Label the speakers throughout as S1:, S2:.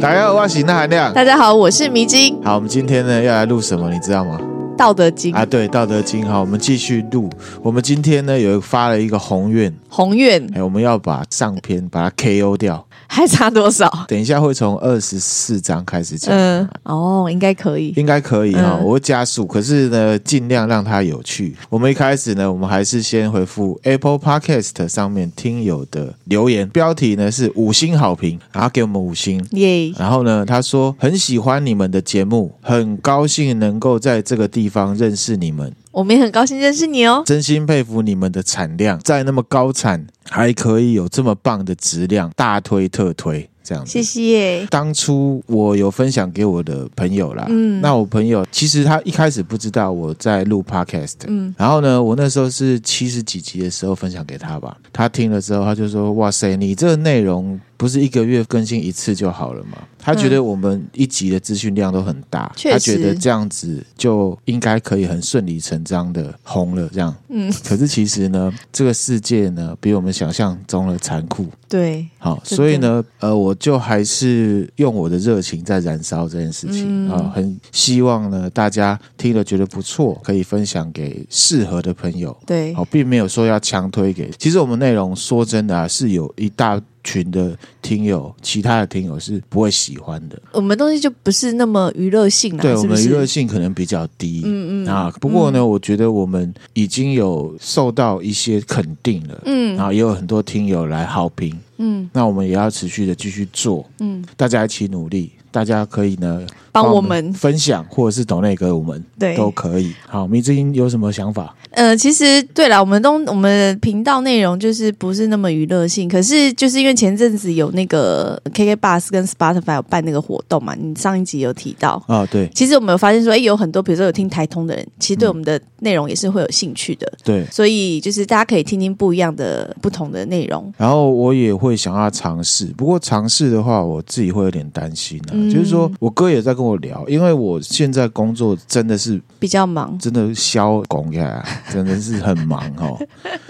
S1: 大家好，我是那含亮。
S2: 大家好，我是迷津，《
S1: 好，我们今天呢要来录什么，你知道吗？
S2: 道德经》
S1: 啊，对，《道德经》好，我们继续录。我们今天呢有发了一个宏愿，
S2: 宏愿
S1: 哎，我们要把上篇把它 KO 掉。
S2: 还差多少？
S1: 等一下会从二十四章开始讲，
S2: 嗯，哦，应该可以。
S1: 应该可以哈、
S2: 嗯
S1: 我会加速，可是呢尽量让它有趣。我们一开始呢，我们还是先回复 Apple Podcast 上面听友的留言，标题呢是五星好评，然后给我们五星。
S2: 耶，
S1: 然后呢，他说很喜欢你们的节目，很高兴能够在这个地方认识你们，
S2: 我们也很高兴认识你哦。
S1: 真心佩服你们的产量，在那么高产还可以有这么棒的质量，大推特推这样子
S2: 谢。谢。
S1: 当初我有分享给我的朋友啦，
S2: 嗯
S1: 那我朋友其实他一开始不知道我在录 podcast，
S2: 嗯，
S1: 然后呢，我那时候是七十几集的时候分享给他吧，他听了之后，他就说：“哇塞，你这个内容不是一个月更新一次就好了吗？”他觉得我们一集的资讯量都很大，
S2: 嗯确
S1: 他
S2: 实
S1: 觉得这样子就应该可以很顺理成章的红了。这样，
S2: 嗯，
S1: 可是其实呢，这个世界呢，比我们想象中的残酷。
S2: 对，
S1: 好，
S2: 真的
S1: 所以呢，呃，我就还是用我的热情在燃烧这件事情
S2: 嗯
S1: 啊、很希望呢，大家听了觉得不错，可以分享给适合的朋友。
S2: 对，
S1: 好，并没有说要强推给。其实我们内容说真的啊，是有一大群的听友，其他的听友是不会喜欢的。
S2: 我们东西就不是那么娱乐性
S1: 对
S2: 了，
S1: 我
S2: 嗯是不
S1: 们娱乐
S2: 是？
S1: 性可能比较低。
S2: 嗯嗯
S1: 啊，不过呢，我觉得我们已经有受到一些肯定了，然
S2: 嗯
S1: 后也有很多听友来好评，
S2: 嗯
S1: 那我们也要持续的继续做，
S2: 嗯，
S1: 大家一起努力，大家可以呢
S2: 帮我们
S1: 分享，或者是抖内给我们
S2: 对，
S1: 都可以。好，迷之音有什么想法？
S2: 呃，其实对了，我们东我们频道内容就是不是那么娱乐性，可是就是因为前阵子有那个 KK Bus 跟 Spotify 有办那个活动嘛，你上一集有提到。
S1: 啊、对
S2: 其实我们有发现说，哎，有很多比如说有听台通的人，其实对
S1: 嗯
S2: 我们的内容也是会有兴趣的，
S1: 对。
S2: 所以就是大家可以听听不一样的、不同的内容。
S1: 然后我也会想要尝试，不过尝试的话，我自己会有点担心啊。
S2: 嗯
S1: 就是说我哥也在跟我聊，因为我现在工作真的是
S2: 比较忙，
S1: 真的消拱起来， 真的是很忙哦。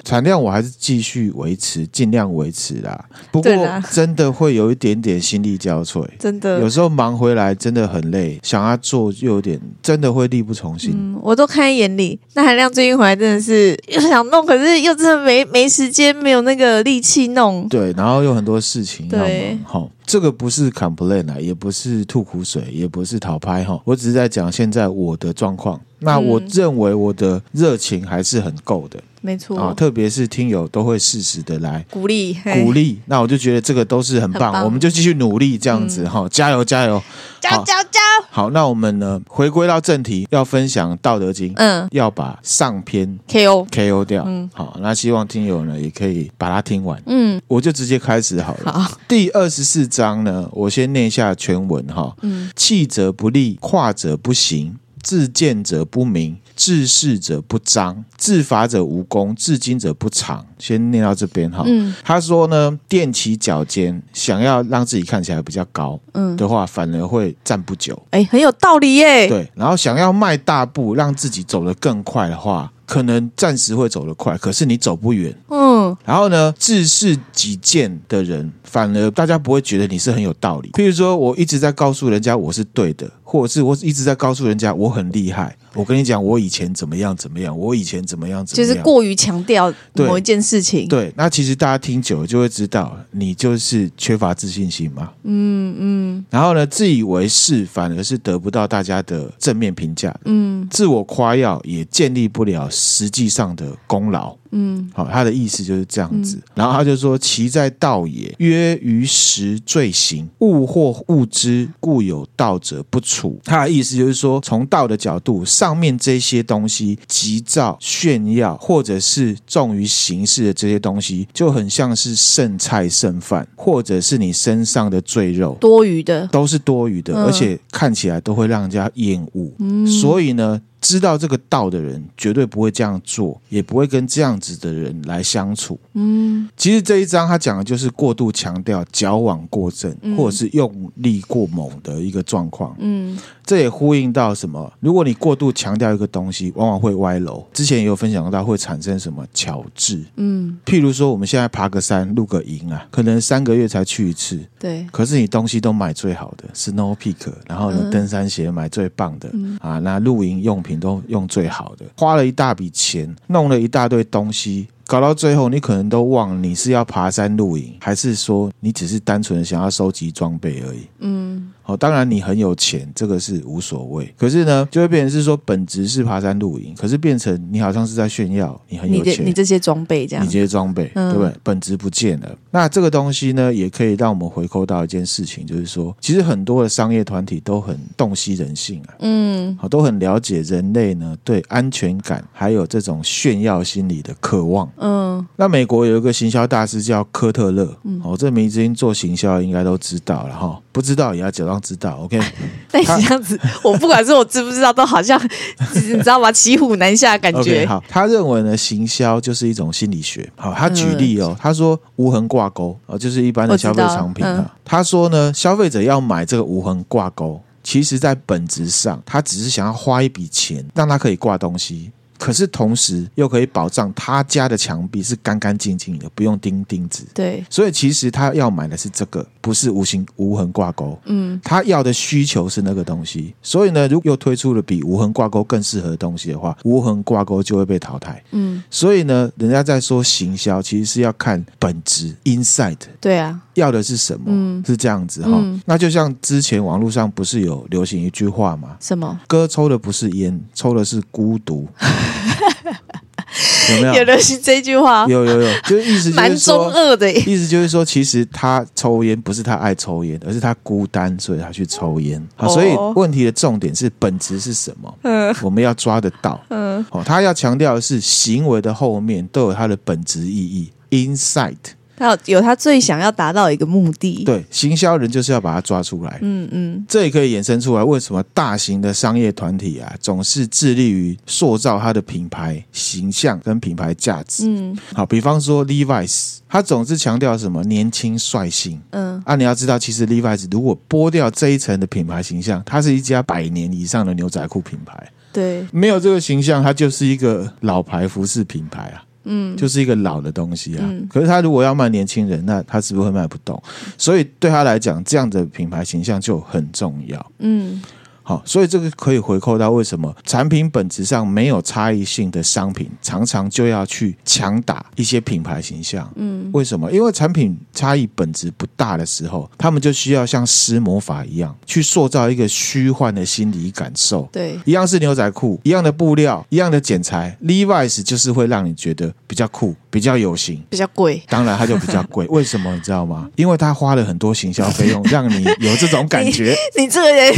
S1: 产量我还是继续维持，尽量维持啦。不过
S2: 对啦
S1: 真的会有一点点心力交瘁。
S2: 真的
S1: 有，时候忙回来真的很累，想要做又有点真的会力不从心。
S2: 嗯，我都看在眼里。那韩亮最近回来真的是又想弄，可是又真的没没时间，没有那个力气弄。
S1: 对，然后有很多事情要
S2: 对
S1: 忙，哈，这个不是 complain 啊，也不是吐苦水，也不是讨拍哈，我只是在讲现在我的状况。那我
S2: 嗯
S1: 认为我的热情还是很够的
S2: 没
S1: 啊、
S2: 错，
S1: 特别是听友都会适时的来
S2: 鼓励，
S1: 鼓
S2: 嘿
S1: 励，那我就觉得这个都是很棒，
S2: 很棒嗯
S1: 我们就继续努力这样子哈、加油加油！
S2: 加
S1: 好
S2: 加加！
S1: 好，那我们呢回归到正题，要分享《道德经》
S2: 嗯
S1: 要把上篇
S2: ，KO，
S1: KO 掉。
S2: 嗯
S1: 好，那希望听友呢也可以把它听完，
S2: 嗯，
S1: 我就直接开始好了。
S2: 好，
S1: 第二十四章呢，我先念一下全文哈。
S2: 嗯
S1: 弃者不立，跨者不行，自见者不明，自是者不彰，自伐者无功，自矜者不长。先念到这边哈。
S2: 嗯
S1: 他说呢，踮起脚尖，想要让自己看起来比较高
S2: 嗯，
S1: 的话，反而会站不久。
S2: 哎，很有道理耶。
S1: 对，然后想要迈大步，让自己走得更快的话，可能暂时会走得快，可是你走不远。
S2: 嗯
S1: 然后呢，自视己见的人，反而大家不会觉得你是很有道理。譬如说，我一直在告诉人家我是对的，或者是我一直在告诉人家我很厉害。我跟你讲，我以前怎么样怎么样，我以前怎么样怎
S2: 就
S1: 么样。
S2: 是过于强调
S1: 啊对
S2: 某一件事情。
S1: 对，那其实大家听久了就会知道，你就是缺乏自信心嘛。嗯嗯。然后呢，自以为是，反而是得不到大家的正面评价的。
S2: 嗯
S1: 自我夸耀也建立不了实际上的功劳。
S2: 嗯，
S1: 好，他的意思就是这样子。然后他就说：“其在道也，曰于时罪行，物或物之，故有道者不处。”他的意思就是说，从道的角度，上面这些东西急躁、炫耀，或者是重于形式的这些东西，就很像是剩菜剩饭，或者是你身上的赘肉。
S2: 多余的。
S1: 都是多余的，
S2: 嗯
S1: 而且看起来都会让人家厌恶。所以呢，知道这个道的人绝对不会这样做，也不会跟这样子的人来相处。
S2: 嗯
S1: 其实这一章他讲的就是过度强调矫枉过正，
S2: 嗯
S1: 或者是用力过猛的一个状况。
S2: 嗯
S1: 这也呼应到什么？如果你过度强调一个东西，往往会歪楼。之前也有分享到会产生什么巧智，
S2: 嗯，
S1: 譬如说我们现在爬个山、露个营啊，可能三个月才去一次，
S2: 对，
S1: 可是你东西都买最好的，Snow Peak，然后呢
S2: 嗯
S1: 登山鞋买最棒的、啊，那露营用品都用最好的，花了一大笔钱，弄了一大堆东西。搞到最后，你可能都忘了你是要爬山露营，还是说你只是单纯的想要收集装备而已。
S2: 嗯
S1: 哦，当然你很有钱，这个是无所谓。可是呢，就会变成是说本质是爬山露营，可是变成你好像是在炫耀你很
S2: 你
S1: 有
S2: 的
S1: 钱，
S2: 你这些装备这样
S1: 你，这些装备，
S2: 嗯
S1: 对不对？本质不见了。那这个东西呢，也可以让我们回扣到一件事情，就是说，其实很多的商业团体都很洞悉人性啊，
S2: 嗯
S1: 好，都很了解人类呢对安全感还有这种炫耀心理的渴望。
S2: 嗯
S1: 那美国有一个行销大师叫科特勒，哦，这名字做行销应该都知道了哈，不知道也要假装知道。OK，
S2: 但你这样子，我不管是我知不知道，都好像 你知道吗？骑虎难下的感
S1: OK，
S2: 觉。
S1: 好，他认为呢，行销就是一种心理学。好，他举例哦，他说无痕挂钩哦，就是一般的
S2: 嗯我知
S1: 消
S2: 道嗯
S1: 费产品啊。他说呢，消费者要买这个无痕挂钩，其实在本质上，他只是想要花一笔钱，让他可以挂东西。可是同时又可以保障他家的墙壁是干干净净的，不用钉钉子。
S2: 对，
S1: 所以其实他要买的是这个，不是无形无痕挂钩。
S2: 嗯
S1: 他要的需求是那个东西，所以呢，如果又推出了比无痕挂钩更适合的东西的话，无痕挂钩就会被淘汰。
S2: 嗯，
S1: 所以呢，人家在说行销，其实是要看本质 inside。
S2: 对啊，
S1: 要的是什么？
S2: 嗯
S1: 是这样子哈、
S2: 嗯
S1: 那就像之前网络上不是有流行一句话吗？
S2: 什么？
S1: 哥抽的不是烟，抽的是孤 独。有没有？
S2: 有流行这句话，哦
S1: 有有有，就是意思就
S2: 蛮
S1: 是
S2: 中
S1: 说，
S2: 二的耶。
S1: 意思就是说，其实他抽烟不是他爱抽烟，而是他孤单，所以他去抽烟。好，
S2: 哦
S1: 所以问题的重点是本质是什么？
S2: 嗯
S1: 我们要抓得到。
S2: 嗯
S1: 哦，他要强调的是行为的后面都有它的本质意义。Insight，
S2: 他有有他最想要达到一个目的。，
S1: 对，行销人就是要把它抓出来。
S2: 嗯嗯
S1: 这也可以衍生出来，为什么大型的商业团体啊，总是致力于塑造它的品牌形象跟品牌价值？
S2: 嗯
S1: 好，比方说 Levi's，它总是强调什么年轻率性，
S2: 嗯，
S1: 啊，你要知道，其实 Levi's 如果剥掉这一层的品牌形象，它是一家百年以上的牛仔裤品牌，
S2: 对，
S1: 没有这个形象，它就是一个老牌服饰品牌啊。
S2: 嗯
S1: 就是一个老的东西啊，
S2: 嗯
S1: 可是他如果要卖年轻人，那他是不是会卖不动？所以对他来讲，这样的品牌形象就很重要。
S2: 嗯
S1: 好，所以这个可以回扣到为什么产品本质上没有差异性的商品，常常就要去强打一些品牌形象。
S2: 嗯
S1: 为什么？因为产品差异本质不大的时候，他们就需要像施魔法一样，去塑造一个虚幻的心理感受。
S2: 对，
S1: 一样是牛仔裤，一样的布料，一样的剪裁，Levi's 就是会让你觉得比较酷，比较有型。
S2: 比较贵。
S1: 当然，它就比较贵，为什么你知道吗？因为它花了很多行销费用，让你有这种感觉。
S2: 你这个 人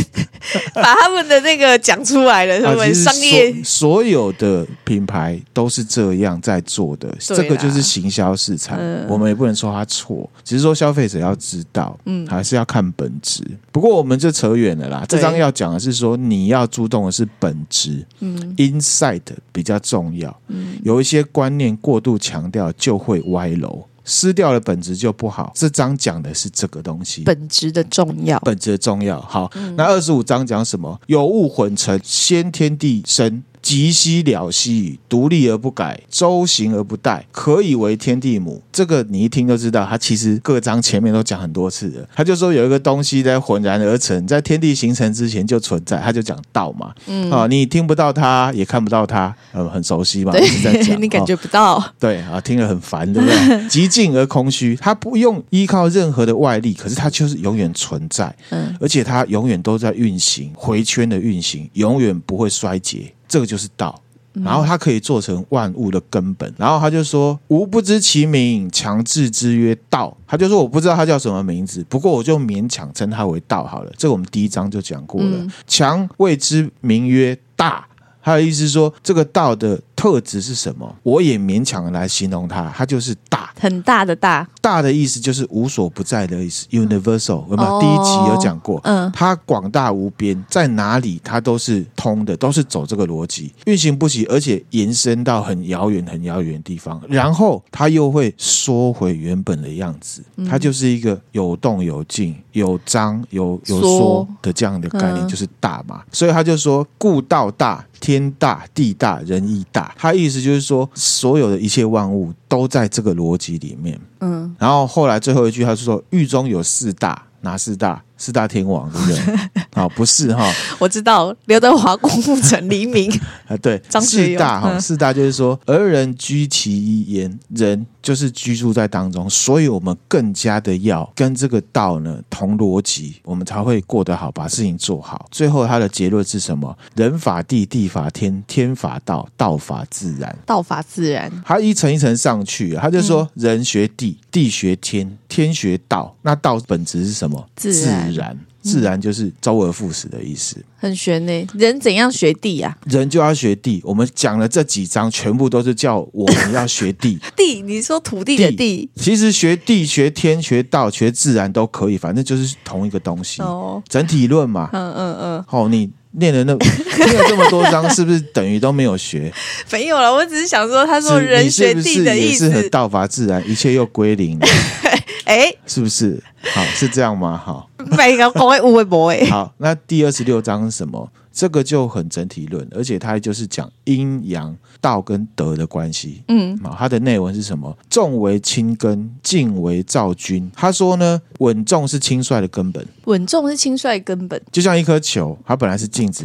S2: 把他们的那个讲出来了，
S1: 啊
S2: 他，们
S1: 其实
S2: 商业
S1: 所所有的品牌都是这样在做的，
S2: 对
S1: 这
S2: 啦
S1: 个就是行销市场。
S2: 嗯
S1: 我们也不能说它错，只是说消费者要知道，
S2: 嗯
S1: 还是要看本质。不过我们就扯远了啦。这
S2: 对
S1: 章要讲的是说，你要注重的是本质
S2: 嗯
S1: ，inside 比较重要。有一些观念过度强调，就会歪楼，失掉了本质就不好。这章讲的是这个东西。
S2: 本质的重要。
S1: 本质的重要。好，
S2: 嗯
S1: 那二十五章讲什么？有物混成，先天地生。极兮了兮矣，独立而不改，周行而不殆，可以为天地母。这个你一听就知道，他其实各章前面都讲很多次了。他就说有一个东西在浑然而成，在天地形成之前就存在，他就讲道嘛。
S2: 嗯
S1: 啊，你听不到他，也看不到他，呃，很熟悉嘛，一直在
S2: 对，
S1: 讲。
S2: 你感
S1: 哦
S2: 觉不到。
S1: 对啊，听了很烦，对不 对？极静而空虚，它不用依靠任何的外力，可是它就是永远存在，
S2: 嗯
S1: 而且它永远都在运行，回圈的运行，永远不会衰竭，这个就是道。
S2: 嗯
S1: 然后它可以做成万物的根本。然后他就说：“吾不知其名，强制之曰道。”他就说：“我不知道它叫什么名字，不过我就勉强称它为道好了。”这个我们第一章就讲过了。
S2: 嗯
S1: 强谓之名曰大。他的意思是说，这个道的特质是什么，我也勉强的来形容它，它就是大。
S2: 很大的大，
S1: 大的意思就是无所不在的意思，universal，我们、
S2: 哦
S1: 第一集有讲过，
S2: 嗯
S1: 它广大无边，在哪里它都是通的，都是走这个逻辑，运行不息，而且延伸到很遥远、很遥远的地方，
S2: 嗯
S1: 然后它又会缩回原本的样子，
S2: 嗯
S1: 它就是一个有动有静、有张有有缩
S2: 缩
S1: 的这样的概念，
S2: 嗯
S1: 就是大嘛。所以他就说，故道大，天大，地大，人亦大。他意思就是说，所有的一切万物都在这个逻辑里面。
S2: 嗯，
S1: 然后后来最后一句，他就说：“狱中有四大，哪四大？四大天王，对不对？ 好，不是哈，
S2: 我知道刘德华、郭富城、黎明，
S1: 啊，对，
S2: 张学
S1: 四
S2: 友
S1: 大哈，
S2: 嗯
S1: 四大就是说，而人居其一焉，人就是居住在当中，所以我们更加的要跟这个道呢同逻辑，我们才会过得好，把事情做好。最后他的结论是什么？人法地，地法天，天法道，道法自然。
S2: 道法自然，
S1: 他一层一层上去，他就说
S2: 嗯
S1: 人学地，地学天，天学道。那道本质是什么？
S2: 自然嗯
S1: 自然，自然就是周而复始的意思。
S2: 很玄呢、人怎样学地啊？
S1: 人就要学地，我们讲了这几章，全部都是叫我们要学地。
S2: 地，你说土 地的地
S1: 其实学地、学天、学道、学自然都可以，反正就是同一个东西，
S2: 哦，
S1: 整体论嘛。
S2: 嗯嗯嗯，
S1: 好、你念了那听了这么多章，是不是等于都没有 学？
S2: 没有了，我只是想说，他说
S1: 是
S2: 人
S1: 你
S2: 学
S1: 是不
S2: 地
S1: 是
S2: 的
S1: 也
S2: 意
S1: 是很
S2: 思，
S1: 道法自然，一切又归零了？
S2: 哎、
S1: 是不是？好，是这样吗？好。
S2: 每个公会误会不会？
S1: 好，那第二十六章是什么？这个就很整体论，而且它就是讲阴阳道跟德的关系。
S2: 嗯，
S1: 好，它的内文是什么？重为轻根，静为躁君。他说呢，稳重是轻率的根本，
S2: 稳重是轻率根本，
S1: 就像一颗球，它本来是静止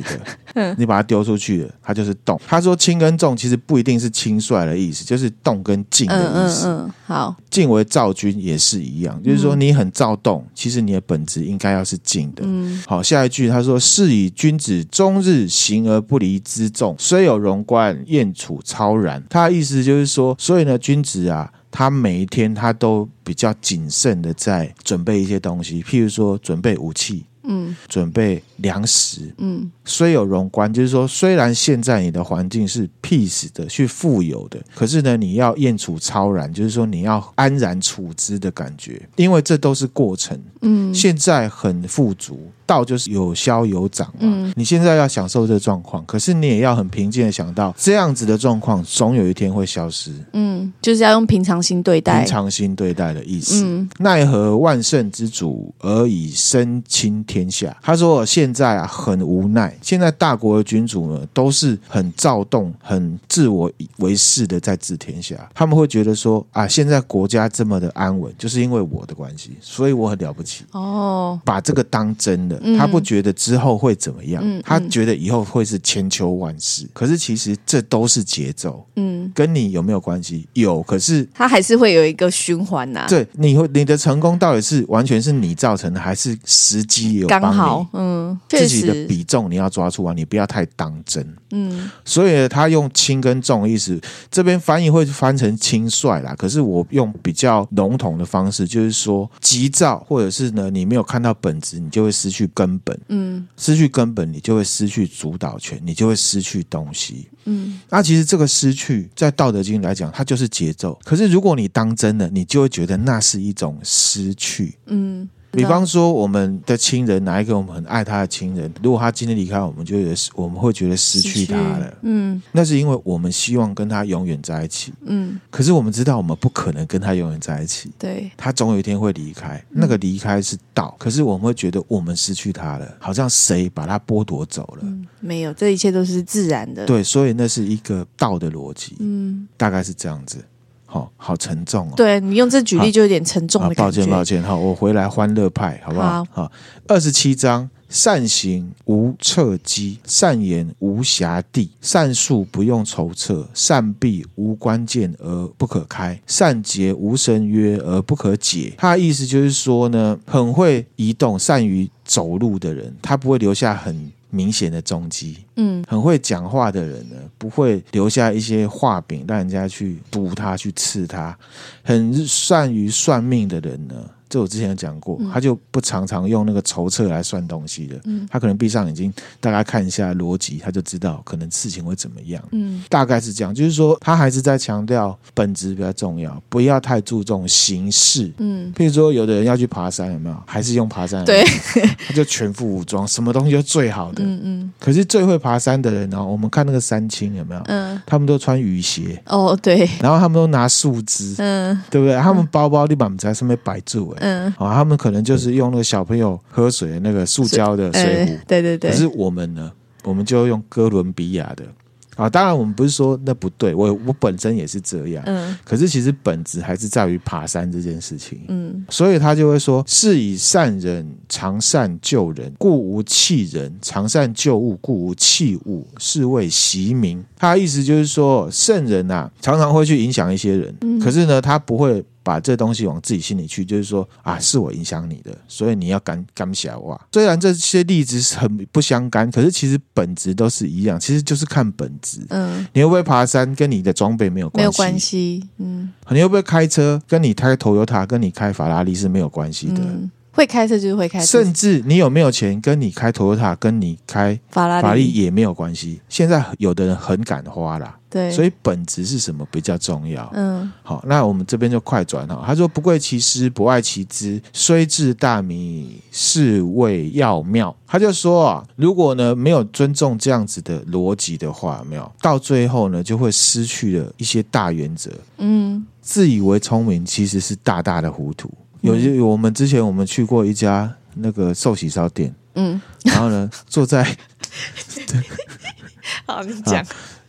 S2: 嗯
S1: 的，你把它丢出去了，它就是动。他说轻跟重其实不一定是轻率的意思，就是动跟静
S2: 嗯
S1: 的意
S2: 嗯
S1: 思。
S2: 嗯，好，
S1: 静为躁君也是一样，就是说你很躁动，其实你的本质应该要是静的。好，下一句他说：“是以君子终日行而不离之众，虽有荣观，燕处超然。”他的意思就是说，所以呢，君子啊。他每一天他都比较谨慎的在准备一些东西，譬如说准备武器、
S2: 嗯
S1: 准备粮食，
S2: 嗯
S1: 虽有荣观，就是说，虽然现在你的环境是 peace 的，去富有的，可是呢，你要燕处超然，就是说你要安然处之的感觉，因为这都是过程。
S2: 嗯
S1: 现在很富足，道就是有消有长嘛。
S2: 嗯
S1: 你现在要享受这状况，可是你也要很平静的想到，这样子的状况总有一天会消失。
S2: 嗯，就是要用平常心对待
S1: 平，常心对待的意思。
S2: 嗯
S1: 奈何万圣之主而以身倾天下？他说我现在啊很无奈，现在大国的君主呢都是很躁动、很自我为是的在治天下，他们会觉得说啊，现在国家这么的安稳，就是因为我的关系，所以我很了不起。
S2: 哦，
S1: 把这个当真了，
S2: 嗯
S1: 他不觉得之后会怎么样，
S2: 嗯嗯
S1: 他觉得以后会是千秋万世。可是其实这都是节奏，
S2: 嗯，
S1: 跟你有没有关系？有，可是
S2: 他还是会有一个循环啊呐、
S1: 对，你会你的成功到底是完全是你造成的，还是时机有
S2: 刚
S1: 帮
S2: 好
S1: 你？，
S2: 嗯，确
S1: 自己的
S2: 实，
S1: 比重你要抓出来，你不要太当真。
S2: 嗯
S1: 所以呢他用轻跟重的意思，这边翻译会翻成轻率啦。可是我用比较笼统的方式，就是说急躁，或者是呢你没有看到本质，你就会失去根本，
S2: 嗯
S1: 失去根本，你就会失去主导权，你就会失去东西。
S2: 嗯，
S1: 那其实这个失去，在《道德经》来讲，它就是节奏。可是如果你当真了，你就会觉得那是一种失去。
S2: 嗯，
S1: 比方说，我们的亲人，哪一个我们很爱他的亲人，如果他今天离开我们，就觉得是我们会觉得失去他了。
S2: 嗯
S1: 那是因为我们希望跟他永远在一起，
S2: 嗯，
S1: 可是我们知道我们不可能跟他永远在一起，
S2: 对，
S1: 他总有一天会离开。那个离开是道，可是我们会觉得我们失去他了，好像谁把他剥夺走了。
S2: 嗯，没有，这一切都是自然的，，
S1: 对，所以那是一个道的逻辑。
S2: 嗯，
S1: 大概是这样子。好、好沉重哦。
S2: 对你用这举例就有点沉重
S1: 啊
S2: 的，感
S1: 抱
S2: 觉，
S1: 歉抱歉，好，我回来欢乐派，好不好？好，二十七章。善行无侧击，善言无瑕地，善术不用筹策，善闭无关键而不可开，善结无绳约而不可解。他的意思就是说呢，很会移动、善于走路的人，他不会留下很明显的踪迹。
S2: 嗯
S1: 很会讲话的人呢，不会留下一些画饼让人家去读他、去刺他；很善于算命的人呢，这我之前有讲过，
S2: 嗯
S1: 他就不常常用那个筹策来算东西的，他可能闭上眼睛，大概看一下逻辑，他就知道可能事情会怎么样。
S2: 嗯
S1: 大概是这样，就是说他还是在强调本质比较重要，不要太注重形式。
S2: 嗯，
S1: 譬如说，有的人要去爬山，有没有？还是用爬山来
S2: 对，
S1: 他就全副武装，什么东西都最好的。
S2: 嗯嗯
S1: 可是最会爬山的人呢、哦我们看那个山青有没有？
S2: 嗯，
S1: 他们都穿雨鞋，
S2: 哦对，
S1: 然后他们都拿树枝，
S2: 嗯
S1: 对不对？他们包包立板在上面摆住、欸，
S2: 嗯，
S1: 啊、他们可能就是用那个小朋友喝水的那个塑胶的水壶
S2: 呃，，对对对，
S1: 可是我们呢，我们就用哥伦比亚的啊。当然，我们不是说那不对，我我本身也是这样，
S2: 嗯
S1: 可是其实本质还是在于爬山这件事情。
S2: 嗯
S1: 所以他就会说：“是以善人常善救人，故无弃人；常善救物，故无弃物，是谓习民。”他的意思就是说，圣人啊，常常会去影响一些人，
S2: 嗯
S1: 可是呢，他不会把这东西往自己心里去，就是说啊，是我影响你的，所以你要感感谢我。啊虽然这些例子是很不相干，可是其实本质都是一样，其实就是看本质。
S2: 嗯，
S1: 你会不会爬山，跟你的装备没有关系，
S2: 没有关系，嗯
S1: 啊你会不会开车，跟你开 Toyota 跟你开法拉利是没有关系的。
S2: 嗯，会开车就是会开车，
S1: 甚至你有没有钱，跟你开 Toyota 跟你开
S2: 法拉利，
S1: 法拉利也没有关系。现在有的人很敢花啦，
S2: 对，
S1: 所
S2: 以
S1: 以本质是什么比较重要。
S2: 嗯
S1: 好，那我们这边就快转哈。他说：“不贵其师，不爱其资，虽智大迷，是谓要妙。”他就说啊，如果呢没有尊重这样子的逻辑的话，有没有到最后呢就会失去了一些大原则。
S2: 嗯
S1: 自以为聪明，其实是大大的糊涂。有些我们之前我们去过一家那个寿喜烧店，
S2: 嗯，
S1: 然后呢坐在
S2: 好，你
S1: 讲，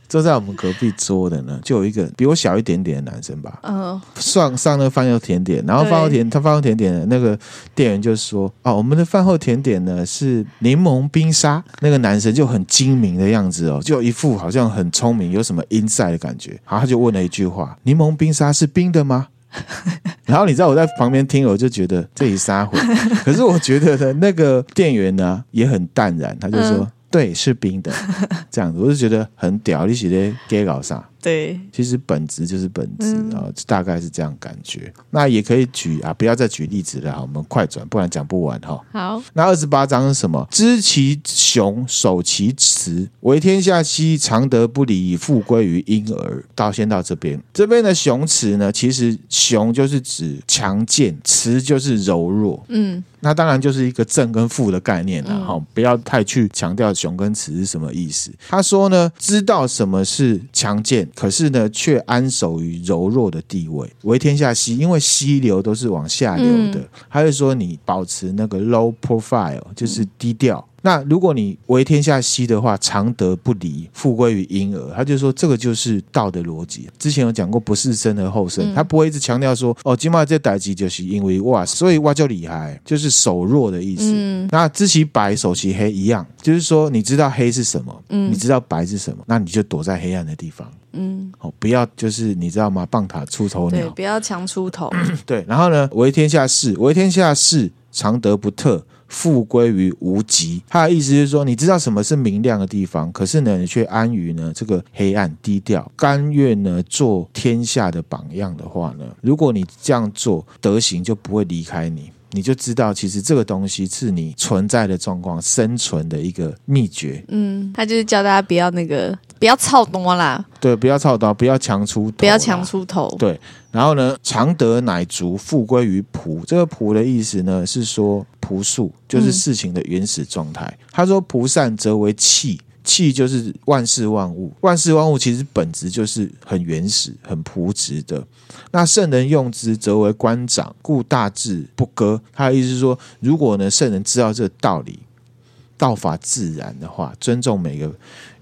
S1: 坐在我们隔壁桌的呢，就有一个比我小一点点的男生吧，
S2: 嗯
S1: 上上那饭后甜点，然后
S2: 对
S1: 饭后甜他饭后甜点的那个店员就说：“哦，我们的饭后甜点呢是柠檬冰沙。”那个男生就很精明的样子哦，就一副好像很聪明，有什么 inside 的感觉。然后他就问了一句话：“柠檬冰沙是冰的吗？” 然后你知道我在旁边听，我就觉得这里撒 谎。可是我觉得呢，那个店员呢也很淡然，他就说：“
S2: 嗯
S1: 对，是冰的。”这样子，我就觉得很屌，你写的 gay 搞啥？
S2: 对，
S1: 其实本质就是本质
S2: 嗯
S1: 啊、大概是这样感觉。那也可以举啊，不要再举例子了，我们快转，不然讲不完哈、
S2: 好，
S1: 那二十八章是什么？知其雄，守其雌，为天下溪，常德不离，以复归于婴儿。到先到这边，这边的雄雌呢，其实雄就是指强健，雌就是柔弱。
S2: 嗯
S1: 那当然就是一个正跟负的概念啦，
S2: 嗯
S1: 哈、不要太去强调雄跟雌是什么意思。他说呢，知道什么是强健，可是呢，却安守于柔弱的地位，为天下溪，因为溪流都是往下流的。
S2: 嗯
S1: 他就说你保持那个 low profile，就是低调。那如果你为天下溪的话，常德不离，富贵于婴儿。他就说这个就是道的逻辑。之前有讲过，不是生而后生，
S2: 嗯
S1: 他不会一直强调说哦，今嘛这代际就是因为哇，所以哇就厉害，就是手弱的意思。
S2: 嗯
S1: 那知其白，手其黑一样，就是说你知道黑是什么，你
S2: 嗯
S1: 知道白是什么，那你就躲在黑暗的地方
S2: 嗯，
S1: 哦，不要就是你知道吗？棒塔出头
S2: 对，
S1: 鸟，
S2: 不要强出头，
S1: 对，然后呢，为天下事，为天下事，常德不特，富归于无极。他的意思就是说，你知道什么是明亮的地方，可是呢，你却安于呢这个黑暗低调，甘愿呢做天下的榜样的话呢，如果你这样做，德行就不会离开你。你就知道，其实这个东西是你存在的状况生存的一个秘诀。
S2: 嗯，他就是教大家不要那个，不要操多啦，
S1: 对，不要操刀，不要强出头啦，
S2: 不要强出头，
S1: 对然后呢，常德乃足，复归于朴。这个朴的意思呢，是说朴素，就是事情的原始状态。他说：“朴善则为气，气就是万事万物，万事万物其实本质就是很原始、很朴质的。那圣人用之，则为官长，故大智不割。”他的意思是说，如果呢，圣人知道这个道理，道法自然的话，尊重每个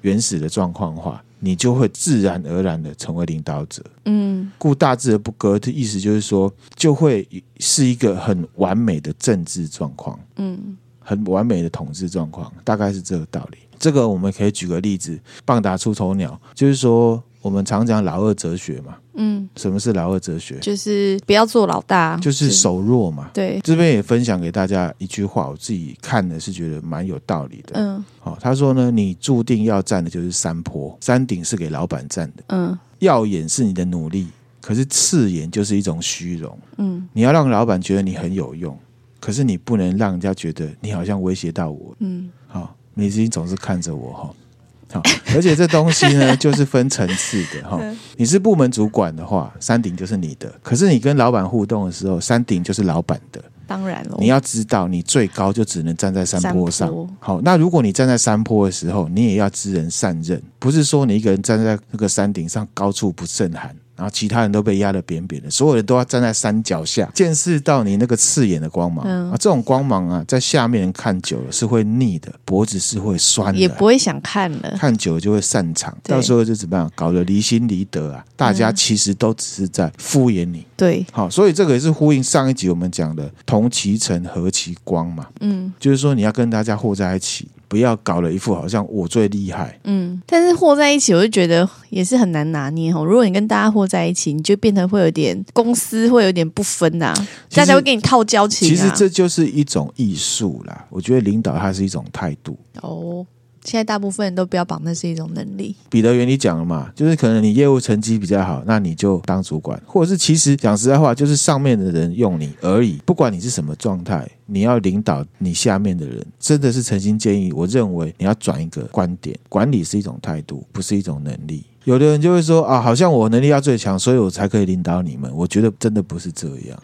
S1: 原始的状况的话，你就会自然而然的成为领导者。
S2: 嗯
S1: 故大致而不割，的意思就是说，就会是一个很完美的政治状况，
S2: 嗯
S1: 很完美的统治状况，大概是这个道理。这个我们可以举个例子，棒打出头鸟，就是说我们常讲老二哲学嘛。
S2: 嗯，
S1: 什么是老二哲学？
S2: 就是不要做老大，
S1: 就是守弱嘛。
S2: 对，
S1: 这边也分享给大家一句话，我自己看的是觉得蛮有道理的。
S2: 嗯
S1: 好、他说呢，你注定要站的就是山坡，山顶是给老板站的，
S2: 嗯
S1: 耀眼是你的努力，可是刺眼就是一种虚荣，
S2: 嗯
S1: 你要让老板觉得你很有用，可是你不能让人家觉得你好像威胁到我。
S2: 嗯
S1: 好、你已经总是看着我哈。好好，而且这东西呢，就是分层次的哈。你是部门主管的话，山顶就是你的；可是你跟老板互动的时候，山顶就是老板的。
S2: 当然了，
S1: 你要知道，你最高就只能站在山坡上。
S2: 山坡
S1: 好，那如果你站在山坡的时候，你也要知人善任，不是说你一个人站在那个山顶上高处不胜寒，然后其他人都被压得扁扁的，所有人都要站在山脚下，见识到你那个刺眼的光芒、
S2: 嗯
S1: 啊！这种光芒啊，在下面人看久了是会腻的，脖子是会酸的，
S2: 也不会嗯想看了，
S1: 看久了就会散场，
S2: 对
S1: 到时候就怎么样，搞得离心离德啊！大家
S2: 嗯
S1: 其实都只是在敷衍你。
S2: 对，
S1: 好，所以这个也是呼应上一集我们讲的“同其尘，和其光”嘛。
S2: 嗯
S1: 就是说你要跟大家和在一起，不要搞了一副好像我最厉害。
S2: 嗯。但是和在一起，我就觉得也是很难拿捏哦。如果你跟大家和在一起，你就变成会有点公司会有点不分呐、
S1: 其实
S2: 大家会跟你套交情、啊。
S1: 其实这就是一种艺术啦。我觉得领导它是一种态度。
S2: 哦，现在大部分人都标榜那是一种能力。
S1: 彼得原理讲了嘛，就是可能你业务成绩比较好，那你就当主管，或者是其实讲实在话，就是上面的人用你而已。不管你是什么状态，你要领导你下面的人，真的是诚心建议。我认为你要转一个观点，管理是一种态度，不是一种能力。有的人就会说啊，好像我能力要最强，所以我才可以领导你们。我觉得真的不是这样。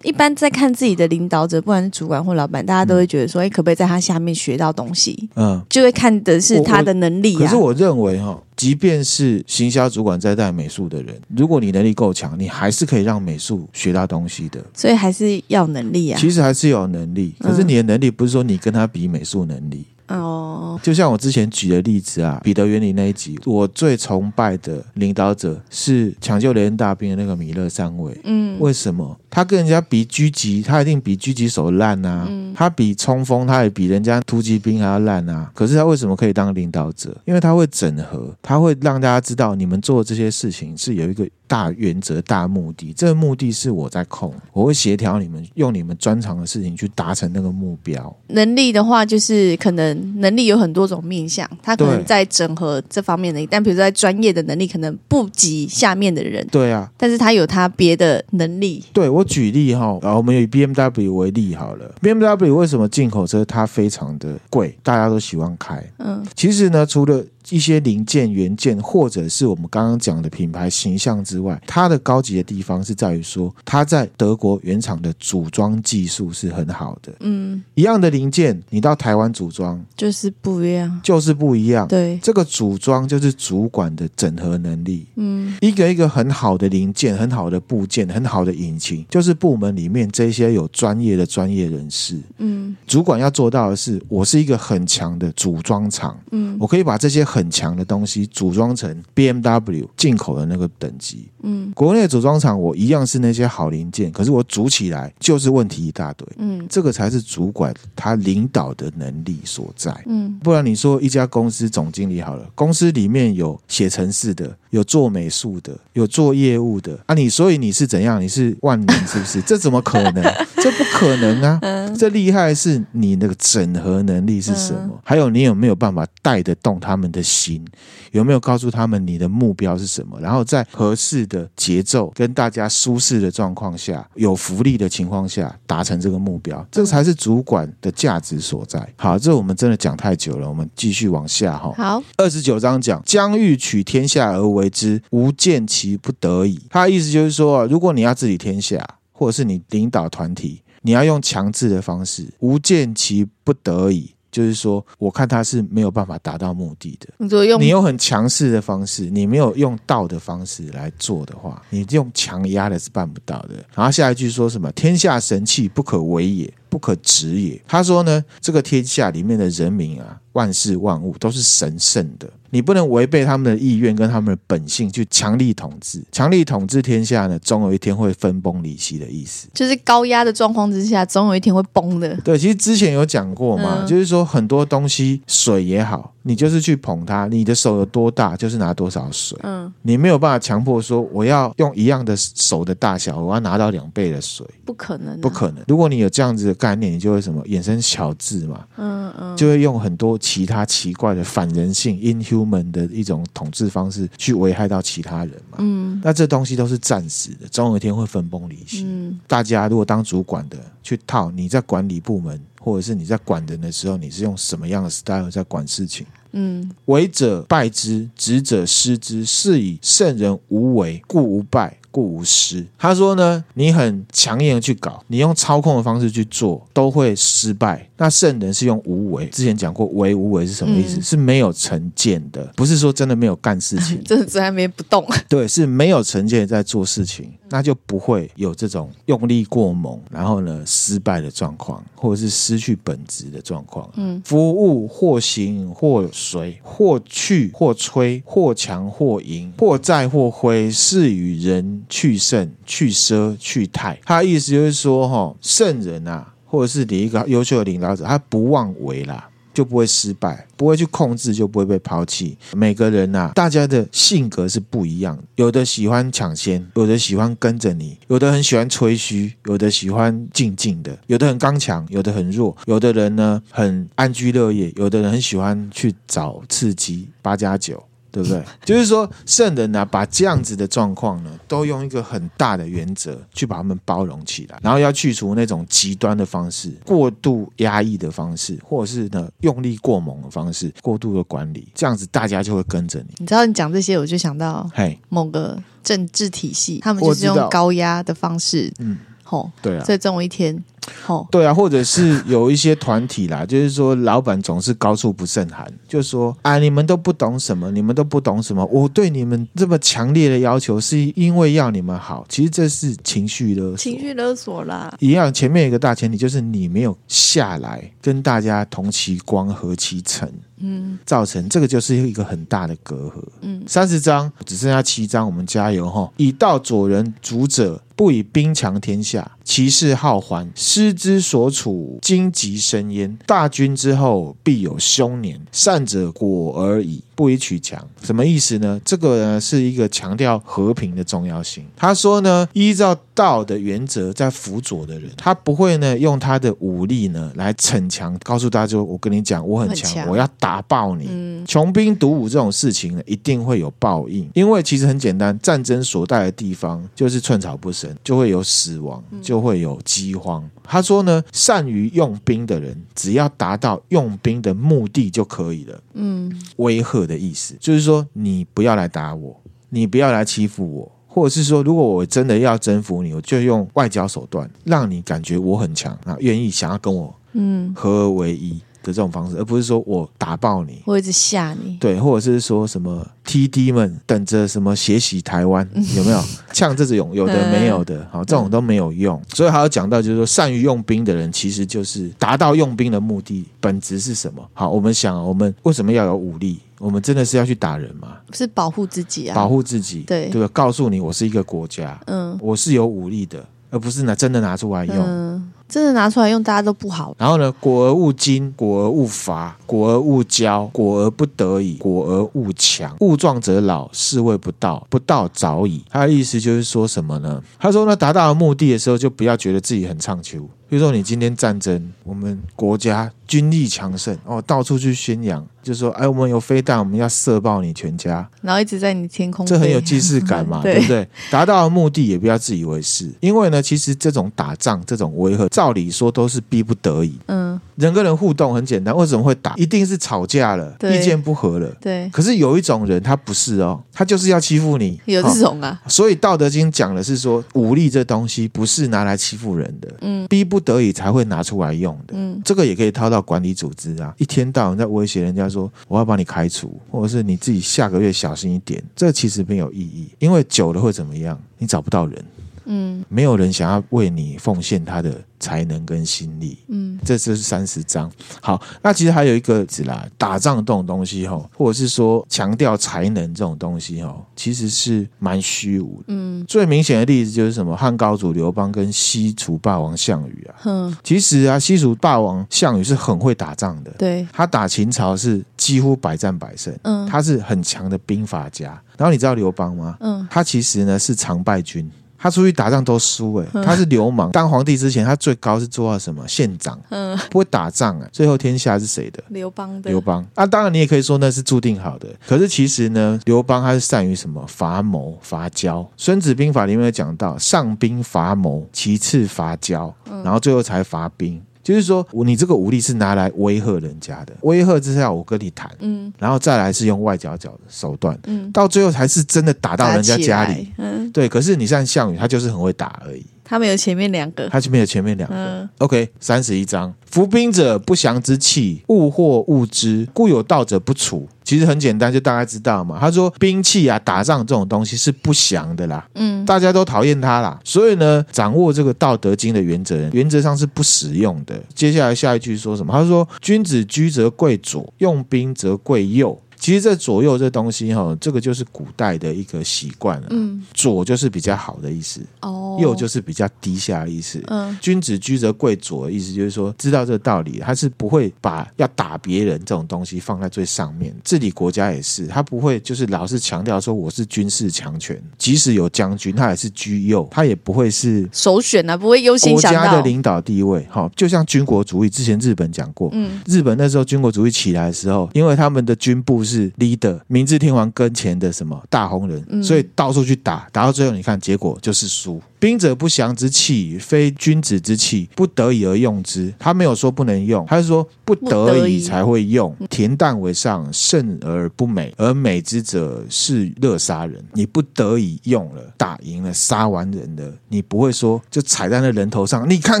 S2: 一般在看自己的领导者，不管是主管或老板，大家都会觉得说，哎、可不可以在他下面学到东西？
S1: 嗯，
S2: 就会看的是他的能力、啊、
S1: 可是我认为哈，即便是行销主管在带美术的人，如果你能力够强，你还是可以让美术学到东西的。
S2: 所以还是要有能力啊。
S1: 其实还是有能力，可是你的能力不是说你跟他比美术能力。
S2: 哦，
S1: 就像我之前举的例子啊，彼得原理那一集，我最崇拜的领导者是抢救雷恩大兵的那个米勒三维。
S2: 嗯，
S1: 为什么他跟人家比狙击，他一定比狙击手烂啊？他比冲锋，他也比人家突击兵还要烂啊？可是他为什么可以当领导者？因为他会整合，他会让大家知道你们做这些事情是有一个大原则、大目的，这个目的是我在控，我会协调你们，用你们专长的事情去达成那个目标。
S2: 能力的话，就是可能能力有很多种面向，他可能
S1: 对
S2: 在整合这方面的，但比如说在专业的能力，可能不及下面的人，
S1: 对啊，
S2: 但是他有他别的能力。
S1: 对我举例哈，啊，我们以 BMW 为例好了，BMW 为什么进口车它非常的贵，大家都喜欢开？
S2: 嗯
S1: 其实呢，除了一些零件、元件，或者是我们刚刚讲的品牌形象之外，它的高级的地方是在于说，它在德国原厂的组装技术是很好的。
S2: 嗯，
S1: 一样的零件，你到台湾组装
S2: 就是不一样。
S1: 就是不一样。
S2: 对，
S1: 这个组装就是主管的整合能力。
S2: 嗯
S1: 一个一个很好的零件、很好的部件、很好的引擎，就是部门里面这些有专业的专业人士。
S2: 嗯
S1: 主管要做到的是，我是一个很强的组装厂，
S2: 嗯
S1: 我可以把这些很强的东西组装成 BMW 进口的那个等级。
S2: 嗯
S1: 国内的组装厂我一样是那些好零件，可是我组起来就是问题一大堆。
S2: 嗯
S1: 这个才是主管他领导的能力所在。
S2: 嗯
S1: 不然你说一家公司总经理好了，公司里面有写程式的，有做美术的，有做业务的啊你，所以你是怎样？你是万能是不 是？这怎么可能？这不可能啊！这厉害的是你那个整合能力是什么？还有你有没有办法带得动他们的心？有没有告诉他们你的目标是什么？然后在合适的节奏跟大家舒适的状况下，有福利的情况下达成这个目标，这才是主管的价值所在。好，这我们真的讲太久了，我们继续往下哈。
S2: 嗯好，
S1: 二十九章讲将欲取天下而为之，吾见其不得已。他的意思就是说啊，如果你要治理天下，或者是你领导团体，你要用强制的方式，吾见其不得已，就是说我看他是没有办法达到目的的。
S2: 你就用
S1: 你用很强势的方式，你没有用道的方式来做的话，你用强压的是办不到的。然后下一句说什么？天下神器不可为也，不可执也。他说呢，这个天下里面的人民啊，万事万物都是神圣的，你不能违背他们的意愿跟他们的本性去强力统治。强力统治天下呢，终有一天会分崩离析的意思。
S2: 就是高压的状况之下，总有一天会崩的。
S1: 对，其实之前有讲过嘛，
S2: 嗯
S1: 就是说很多东西，水也好，你就是去捧它，你的手有多大，就是拿多少水。
S2: 嗯，
S1: 你没有办法强迫说我要用一样的手的大小，我要拿到两倍的水，
S2: 不可能、啊，
S1: 不可能。如果你有这样子的概念，你就会什么衍生小字嘛，
S2: 嗯嗯，
S1: 就会用很多其他奇怪的反人性 （inhuman） 的一种统治方式去危害到其他人嘛。
S2: 嗯
S1: 那这东西都是暂时的，总有一天会分崩离析。
S2: 嗯
S1: 大家如果当主管的去套你在管理部门，或者是你在管人的时候，你是用什么样的 style 在管事情？
S2: 嗯
S1: 为者败之，执者失之，是以圣人无为，故无败，故无失。他说呢，你很强硬的去搞，你用操控的方式去做，都会失败。那圣人是用无为，之前讲过，为无为是什么意思？
S2: 嗯，
S1: 是没有成见的，不是说真的没有干事情
S2: 真的坐在那边不动。
S1: 对，是没有成见的在做事情，那就不会有这种用力过猛，然后呢失败的状况，或者是失去本质的状况。
S2: 嗯
S1: 服务或行或随，或去或吹，或强或赢，或在或灰，是与人去胜、去奢、去泰。他的意思就是说，哈，圣人啊，或者是你一个优秀的领导者，他不妄为啦。就不会失败，不会去控制，就不会被抛弃。每个人呐、大家的性格是不一样的，有的喜欢抢先，有的喜欢跟着你，有的很喜欢吹嘘，有的喜欢静静的，有的很刚强，有的很弱，有的人呢很安居乐业，有的人很喜欢去找刺激，八加九。对 不对？就是说，圣人呢、把这样子的状况呢，都用一个很大的原则去把他们包容起来，然后要去除那种极端的方式、过度压抑的方式，或者是呢用力过猛的方式、过度的管理，这样子大家就会跟着你。
S2: 你知道你讲这些，我就想到
S1: 嘿，
S2: 某个政治体系，他们就
S1: 我
S2: 是
S1: 知道
S2: 用高压的方式，
S1: 嗯，
S2: 吼，
S1: 对啊。
S2: 最终一天，吼，
S1: 对啊，或者是有一些团体啦，就是说老板总是高处不胜寒，就说啊，你们都不懂什么，你们都不懂什么，我对你们这么强烈的要求是因为要你们好，其实这是情绪勒索。
S2: 情绪勒索啦，
S1: 一样，前面有一个大前提就是你没有下来跟大家同其光合其尘，
S2: 嗯
S1: 造成这个就是一个很大的隔阂。
S2: 嗯
S1: 三十章只剩下七章，我们加油哈！以道左人主者，不以兵强天下，其势好还，师之所处，荆棘深渊。大军之后，必有凶年。善者果而已，不以取强。什么意思呢？这个呢是一个强调和平的重要性。他说呢，依照道的原则在辅佐的人，他不会呢用他的武力呢来逞强，告诉大家说我跟你讲，我很强，
S2: 很强
S1: 我要打爆你。
S2: 嗯
S1: 穷兵黩武这种事情呢，一定会有报应，因为其实很简单，战争所带的地方就是寸草不生，就会有死亡，就会有饥荒。他说呢，善于用兵的人，只要达到用兵的目的就可以了。
S2: 嗯
S1: 威吓的意思，就是说你不要来打我，你不要来欺负我，或者是说，如果我真的要征服你，我就用外交手段，让你感觉我很强啊，愿意想要跟我
S2: 嗯，
S1: 合而为一的这种方式，而不是说我打爆你。
S2: 我一直吓你，
S1: 对，或者是说什么 TD 们等着什么血洗台湾，
S2: 嗯
S1: 有 没有？像这种有的没有的，好，这种都没有用。所以还要讲到，就是说善于用兵的人，其实就是达到用兵的目的，本质是什么？好，我们想，啊我们为什么要有武力？我们真的是要去打人吗？
S2: 是保护自己啊，
S1: 保护自己，
S2: 对
S1: 对吧？告诉你，我是一个国家，
S2: 嗯
S1: 我是有武力的，而不是拿真的拿出来用。
S2: 嗯，真的拿出来用，大家都不好，
S1: 然后呢，果而勿矜，果而勿伐，果而勿骄，果而不得已，果而勿强。物壮则老，是谓不到，不到早已。他的意思就是说什么呢？他说呢，达到了目的的时候，就不要觉得自己很畅秋。比如说，你今天战争，我们国家军力强盛，哦，到处去宣扬，就说，哎，我们有飞弹，我们要射爆你全家。
S2: 然后一直在你天空飞，
S1: 这很有既视感嘛，
S2: 对
S1: 对不对？达到的目的也不要自以为是，因为呢，其实这种打仗、这种维和，照理说都是逼不得已。
S2: 嗯，
S1: 人跟人互动很简单，为什么会打？一定是吵架了，
S2: 对
S1: 意见不合了。
S2: 对，
S1: 可是有一种人，他不是哦，他就是要欺负你。
S2: 有
S1: 哦
S2: 这种啊，
S1: 所以《道德经》讲的是说，武力这东西不是拿来欺负人的，
S2: 嗯
S1: 逼不得已才会拿出来用的。
S2: 嗯
S1: 这个也可以套到管理组织啊，一天到晚在威胁人家说我要把你开除，或者是你自己下个月小心一点，这其实没有意义，因为久了会怎么样？你找不到人，
S2: 嗯
S1: 没有人想要为你奉献他的才能跟心力。
S2: 嗯
S1: 这就是三十章。好，那其实还有一个指啦，打仗这种东西哈，或者是说强调才能这种东西哈，其实是蛮虚无的。
S2: 嗯
S1: 最明显的例子就是什么汉高祖刘邦跟西楚霸王项羽啊。
S2: 哼，
S1: 其实啊，西楚霸王项羽是很会打仗的，
S2: 对，
S1: 他打秦朝是几乎百战百胜，
S2: 嗯
S1: 他是很强的兵法家。然后你知道刘邦吗？
S2: 嗯
S1: 他其实呢是常败军，他出去打仗都输哎、
S2: 嗯
S1: 他是流氓。当皇帝之前，他最高是做到什么县长，
S2: 嗯，
S1: 不会打仗啊。最后天下是谁的？
S2: 刘邦的
S1: 刘邦啊，当然你也可以说那是注定好的。可是其实呢，刘邦他是善于什么伐谋、伐交。《孙子兵法》里面有讲到，上兵伐谋，其次伐交，
S2: 嗯
S1: 然后最后才伐兵。就是说，我你这个武力是拿来威吓人家的，威吓之下我跟你谈，
S2: 嗯
S1: 然后再来是用外交脚手段，
S2: 嗯，
S1: 到最后才是真的打到人家
S2: 打起
S1: 家里。
S2: 来，嗯，
S1: 对，可是你像项羽，他就是很会打而已，
S2: 他们有前面两个，
S1: 他就没有前面两个。
S2: 嗯
S1: OK，三十一章，服兵者不祥之器，物或物之，故有道者不处。其实很简单，就大家知道嘛。他说兵器啊，打仗这种东西是不祥的啦，
S2: 嗯
S1: 大家都讨厌它啦。所以呢，掌握这个《道德经》的原则，原则上是不实用的。接下来下一句说什么？他说：“君子居则贵左，用兵则贵右。”其实这左右这东西哈、这个就是古代的一个习惯了。
S2: 嗯，
S1: 左就是比较好的意思，
S2: 哦，
S1: 右就是比较低下的意思。
S2: 嗯
S1: 君子居则贵左，意思就是说知道这个道理，他是不会把要打别人这种东西放在最上面。治理国家也是，他不会就是老是强调说我是军事强权，即使有将军，他也是居右，他也不会是
S2: 首选啊，不会优先
S1: 国
S2: 想
S1: 家的
S2: 到，
S1: 领导地位。好、就像军国主义，之前日本讲过。
S2: 嗯
S1: 日本那时候军国主义起来的时候，因为他们的军部是 leader 明治天皇跟前的什么大红人，
S2: 嗯
S1: 所以到处去打，打到最后你看结果就是输。兵者不祥之器，非君子之器，不得已而用之。他没有说不能用，他是说不
S2: 不
S1: 得
S2: 得
S1: 已
S2: 已
S1: 才会用。恬淡为上，胜而不美，而美之者是乐杀人。你不得已用了，打赢了，杀完人了，你不会说就踩在那人头上，你看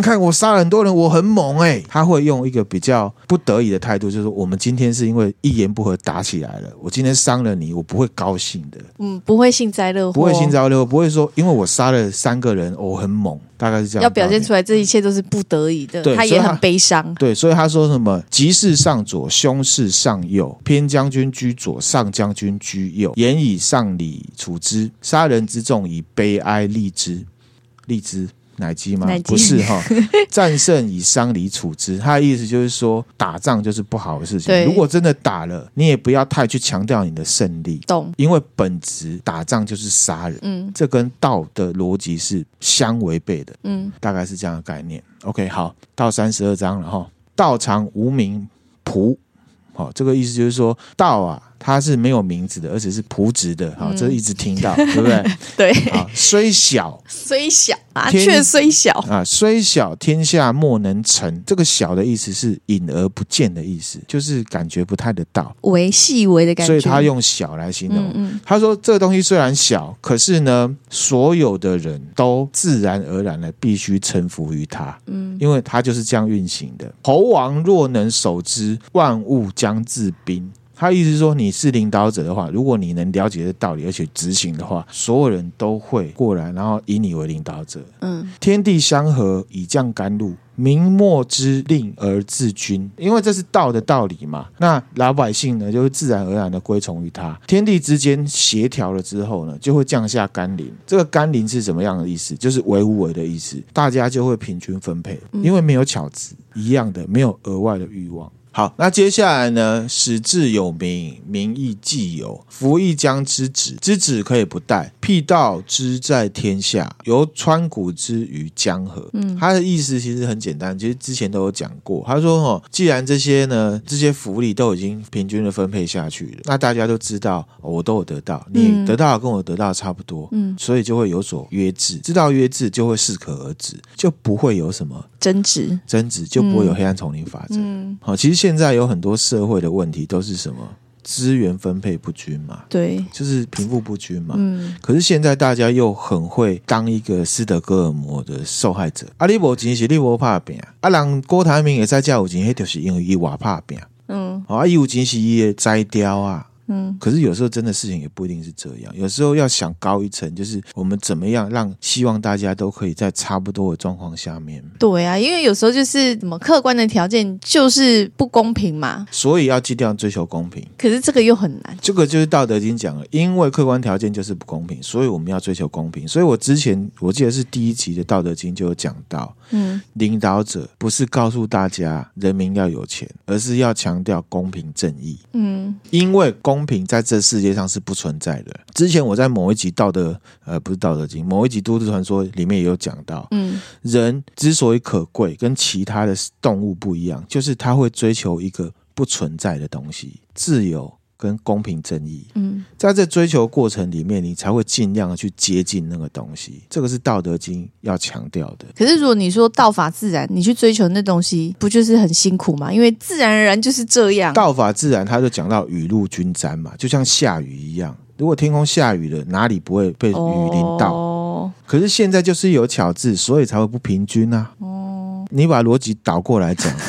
S1: 看我杀了很多人，我很猛哎、他会用一个比较不得已的态度，就是说我们今天是因为一言不合打起来了，我今天伤了你，我不会高兴的。
S2: 嗯，不会幸灾乐祸，
S1: 不会幸，灾乐祸，不会说因为我杀了三个人，我、很猛，大概是这样。
S2: 要表现
S1: 出。
S2: 出来这一切都是不得已的
S1: 对，
S2: 他
S1: 所以
S2: 也
S1: 他
S2: 很悲伤，
S1: 对，所以他说什么“吉事上左，凶事上右。偏将军居左，上将军居右。言以上礼处之，杀人之众以悲哀立之。立之乃鸡吗
S2: 乃？鸡
S1: 不是哈，战胜以伤礼处之。他的意思就是说，打仗就是不好的事情。
S2: 对
S1: 如果真的打了，你也不要太去强调你的胜利，
S2: 懂，
S1: 因为本质打仗就是杀人，
S2: 嗯
S1: 这跟道的逻辑是相违背的。
S2: 嗯，
S1: 大概是这样的概念。OK，好，到三十二章了哈。道常无名仆，好、这个意思就是说道啊，它是没有名字的，而且是仆职的，好、
S2: 嗯
S1: 这一直听到，对不对？
S2: 对，
S1: 好，虽小
S2: 虽小麻
S1: 天
S2: 雀虽小，
S1: 啊，虽小天下莫能成。这个小的意思是隐而不见的意思，就是感觉不太得到，
S2: 微细微的感觉，
S1: 所以他用小来形容。
S2: 嗯嗯
S1: 他说：“这个东西虽然小，可是呢，所有的人都自然而然的必须臣服于他，
S2: 嗯，
S1: 因为他就是这样运行的。猴王若能守之，万物将自宾。”他意思是说，你是领导者的话，如果你能了解这道理，而且执行的话，所有人都会过来，然后以你为领导者。
S2: 嗯
S1: 天地相合，以降甘露。明末之令而治君，因为这是道的道理嘛。那老百姓呢，就会自然而然的归从于他。天地之间协调了之后呢，就会降下甘霖。这个甘霖是什么样的意思？就是为无为的意思，大家就会平均分配，因为没有巧值，一样的，没有额外的欲望。好，那接下来呢？始至有名，名亦既有。夫亦将知止，知止可以不殆。辟道之在天下，由川谷之于江河。嗯，他的意思其实很简单，其实之前都有讲过。他说：哦，既然这些呢，这些福利都已经平均的分配下去了，那大家都知道，哦我都有得到，你
S2: 嗯
S1: 得到的跟我得到的差不多。
S2: 嗯，
S1: 所以就会有所约制，知道约制就会适可而止，就不会有什么
S2: 争执，
S1: 争执，就不会有黑暗丛林法则。
S2: 嗯，
S1: 好，其实现在有很多社会的问题都是什么资源分配不均嘛，
S2: 对，
S1: 就是贫富不均嘛。
S2: 嗯
S1: 可是现在大家又很会当一个斯德哥尔摩的受害者，啊，你无钱是你无怕病，啊，人郭台铭也在家有钱，迄就是因为伊瓦怕病，
S2: 嗯
S1: 哦啊，伊有钱是伊的摘雕啊。
S2: 嗯
S1: 可是有时候真的事情也不一定是这样，有时候要想高一层，就是我们怎么样让希望大家都可以在差不多的状况下面，
S2: 对啊，因为有时候就是怎么客观的条件就是不公平嘛，
S1: 所以要尽量追求公平。
S2: 可是这个又很难，
S1: 这个就是《道德经》讲了，因为客观条件就是不公平，所以我们要追求公平。所以我之前我记得是第一集的《道德经》就有讲到，
S2: 嗯
S1: 领导者不是告诉大家人民要有钱，而是要强调公平正义，
S2: 嗯
S1: 因为公公平在这世界上是不存在的。之前我在某一集《道德》呃，不是《道德经》，某一集《都市传说》里面也有讲到，
S2: 嗯，
S1: 人之所以可贵，跟其他的动物不一样，就是他会追求一个不存在的东西——自由跟公平正义。
S2: 嗯，
S1: 在这追求过程里面，你才会尽量的去接近那个东西。这个是《道德经》要强调的。
S2: 可是如果你说道法自然，你去追求那东西，不就是很辛苦吗？因为自然而然就是这样。啊
S1: 道法自然，他就讲到雨露均沾嘛，就像下雨一样。如果天空下雨了，哪里不会被雨淋到？
S2: 哦，
S1: 可是现在就是有巧字，所以才会不平均啊。你把逻辑倒过来 讲了。